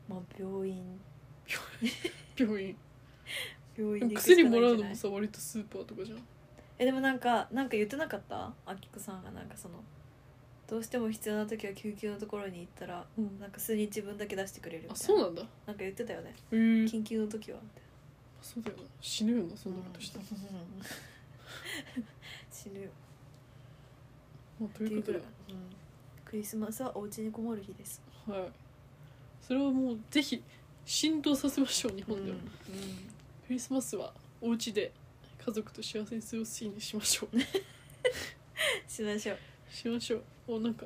[SPEAKER 1] まあ病院
[SPEAKER 2] 病院
[SPEAKER 1] 病院で行くし
[SPEAKER 2] 薬
[SPEAKER 1] か
[SPEAKER 2] も
[SPEAKER 1] ないん
[SPEAKER 2] ら
[SPEAKER 1] じゃ
[SPEAKER 2] うの
[SPEAKER 1] ない
[SPEAKER 2] もさ割とスーパーとかじゃん
[SPEAKER 1] えでもなんかなんか言ってなかったあきこさんがなんかそのどうしても必要な時は救急のところに行ったらなんか数日分だけ出してくれるみた
[SPEAKER 2] あ
[SPEAKER 1] いな
[SPEAKER 2] そうなんだへ
[SPEAKER 1] なんか言ってたよね
[SPEAKER 2] え
[SPEAKER 1] 緊急の時はみたいな
[SPEAKER 2] そうだよな死ぬよなそんなことしたら、
[SPEAKER 1] うん死ぬよ
[SPEAKER 2] まあ、と
[SPEAKER 1] って
[SPEAKER 2] い
[SPEAKER 1] いうう
[SPEAKER 2] こと
[SPEAKER 1] くらい
[SPEAKER 2] で、
[SPEAKER 1] うんクリスマスはお家にこもる日です
[SPEAKER 2] はいそれはもうぜひ浸透させましょう日本では、
[SPEAKER 1] うん
[SPEAKER 2] クリスマスはお家で家族と幸せに過ごす日にしましょう
[SPEAKER 1] しましょう
[SPEAKER 2] しましょうもうなんか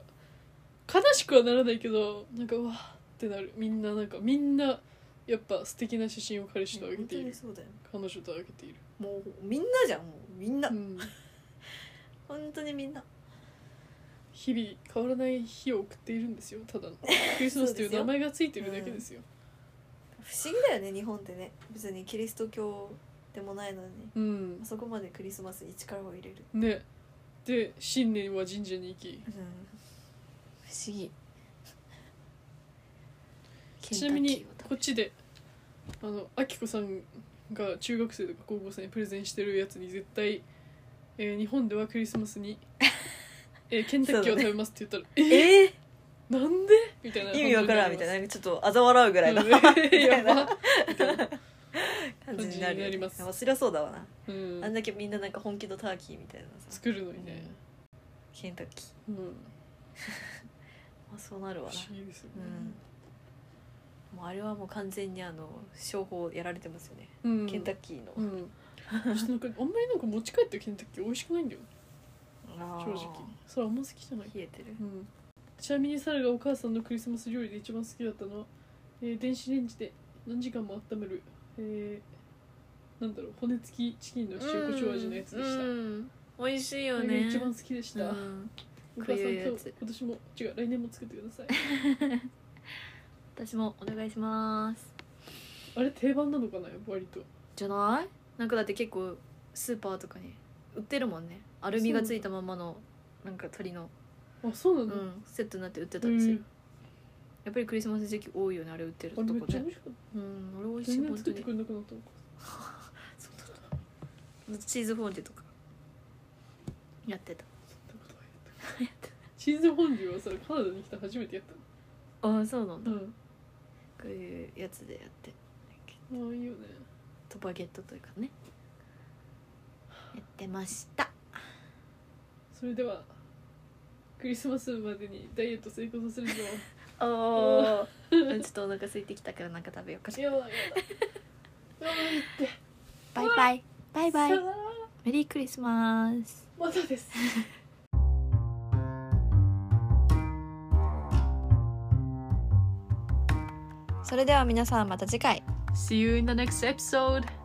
[SPEAKER 2] 悲しくはならないけどなんかうわーってなるみんななんかみんなやっぱ素敵な写真を彼氏とあげ
[SPEAKER 1] 本
[SPEAKER 2] て
[SPEAKER 1] 当
[SPEAKER 2] い
[SPEAKER 1] に
[SPEAKER 2] る
[SPEAKER 1] そうだよ
[SPEAKER 2] 彼女とあげている、
[SPEAKER 1] もうみんなじゃんもうみんな
[SPEAKER 2] うん、
[SPEAKER 1] 本当にみんな
[SPEAKER 2] 日々変わらない日を送っているんですよた だのクリスマスという名前がついてるだけですよ
[SPEAKER 1] 不思議だよね日本ってね別にキリスト教でもないのに
[SPEAKER 2] うん
[SPEAKER 1] あそこまでクリスマスに力を入れる、
[SPEAKER 2] ねで新年は神社に行き
[SPEAKER 1] 不思議
[SPEAKER 2] ちなみにこっちであのあきこさんが中学生とか高校生にプレゼンしてるやつに絶対、えー日本ではクリスマス に、えーケンタッキーを食べますって言ったら「え
[SPEAKER 1] え
[SPEAKER 2] なんで?」みたいな
[SPEAKER 1] ー、意味わからんみたいななんかちょっと嘲笑うぐらいの
[SPEAKER 2] う
[SPEAKER 1] み
[SPEAKER 2] ん
[SPEAKER 1] たい
[SPEAKER 2] や
[SPEAKER 1] な
[SPEAKER 2] ばみ たいな
[SPEAKER 1] 感じになるよ
[SPEAKER 2] 感じになり
[SPEAKER 1] ね
[SPEAKER 2] ます
[SPEAKER 1] まあそりゃそうだわな、
[SPEAKER 2] うん
[SPEAKER 1] あんだけみんななんか本気のターキーみたいなさ
[SPEAKER 2] 作るのにね、
[SPEAKER 1] ケンタッキー、
[SPEAKER 2] うん
[SPEAKER 1] まあ、そうなる
[SPEAKER 2] 不
[SPEAKER 1] わ
[SPEAKER 2] 思
[SPEAKER 1] な
[SPEAKER 2] 議ですよね、
[SPEAKER 1] うんもうあれはもう完全にあの商法やられてますよね、
[SPEAKER 2] うん
[SPEAKER 1] ケンタッキーの、
[SPEAKER 2] うん、私なんかあんまりなんか持ち帰ったケンタッキー美味しくないんだよ
[SPEAKER 1] あ
[SPEAKER 2] 正
[SPEAKER 1] ー
[SPEAKER 2] 直それあんま好きじゃない、
[SPEAKER 1] 冷えてる
[SPEAKER 2] うん、ちなみにサラがお母さんのクリスマス料理で一番好きだったのは、えー電子レンジで何時間も温める、えーなんだろう骨付きチキンの塩コショウ味のやつでした、
[SPEAKER 1] うん美味しい
[SPEAKER 2] あ
[SPEAKER 1] よ
[SPEAKER 2] れ
[SPEAKER 1] ね
[SPEAKER 2] が一番好きでした、
[SPEAKER 1] うん
[SPEAKER 2] お母さんと
[SPEAKER 1] こういうやつ
[SPEAKER 2] 今年も違う来年も作ってください
[SPEAKER 1] 私もお願いします
[SPEAKER 2] あれ定番なのかな割と
[SPEAKER 1] じゃないなんかだって結構スーパーとかに売ってるもんねアルミがついたままのなんか鳥の、
[SPEAKER 2] あそうなの、
[SPEAKER 1] うん、セットになって売って
[SPEAKER 2] う
[SPEAKER 1] たりする、
[SPEAKER 2] ん、
[SPEAKER 1] やっぱりクリスマス時期多いよねあれ売ってる
[SPEAKER 2] あ
[SPEAKER 1] と
[SPEAKER 2] れめっ
[SPEAKER 1] こ
[SPEAKER 2] ちゃ
[SPEAKER 1] ね
[SPEAKER 2] 美味しかった
[SPEAKER 1] うんあれ美味しい
[SPEAKER 2] 全然
[SPEAKER 1] 本
[SPEAKER 2] 作
[SPEAKER 1] 当
[SPEAKER 2] って
[SPEAKER 1] に
[SPEAKER 2] くれなくなったのか
[SPEAKER 1] チーズフォンデュとかやって た
[SPEAKER 2] そんなことないチーズフォンデュはさカナダに来て初めてやっ
[SPEAKER 1] ああそうなん
[SPEAKER 2] た
[SPEAKER 1] だ、
[SPEAKER 2] の
[SPEAKER 1] こういうやつでやって
[SPEAKER 2] うんああいいよね
[SPEAKER 1] トバゲットというかねやってました
[SPEAKER 2] それではクリスマスまでにダイエット成功させるぞ
[SPEAKER 1] おおちょっとお腹空いてきたからなんか食べようか
[SPEAKER 2] やだや だやばいって
[SPEAKER 1] バイバイバイバイ
[SPEAKER 2] さよなら
[SPEAKER 1] メリークリスマス
[SPEAKER 2] またです
[SPEAKER 1] それでは皆さんまた次回
[SPEAKER 2] See you in the next episode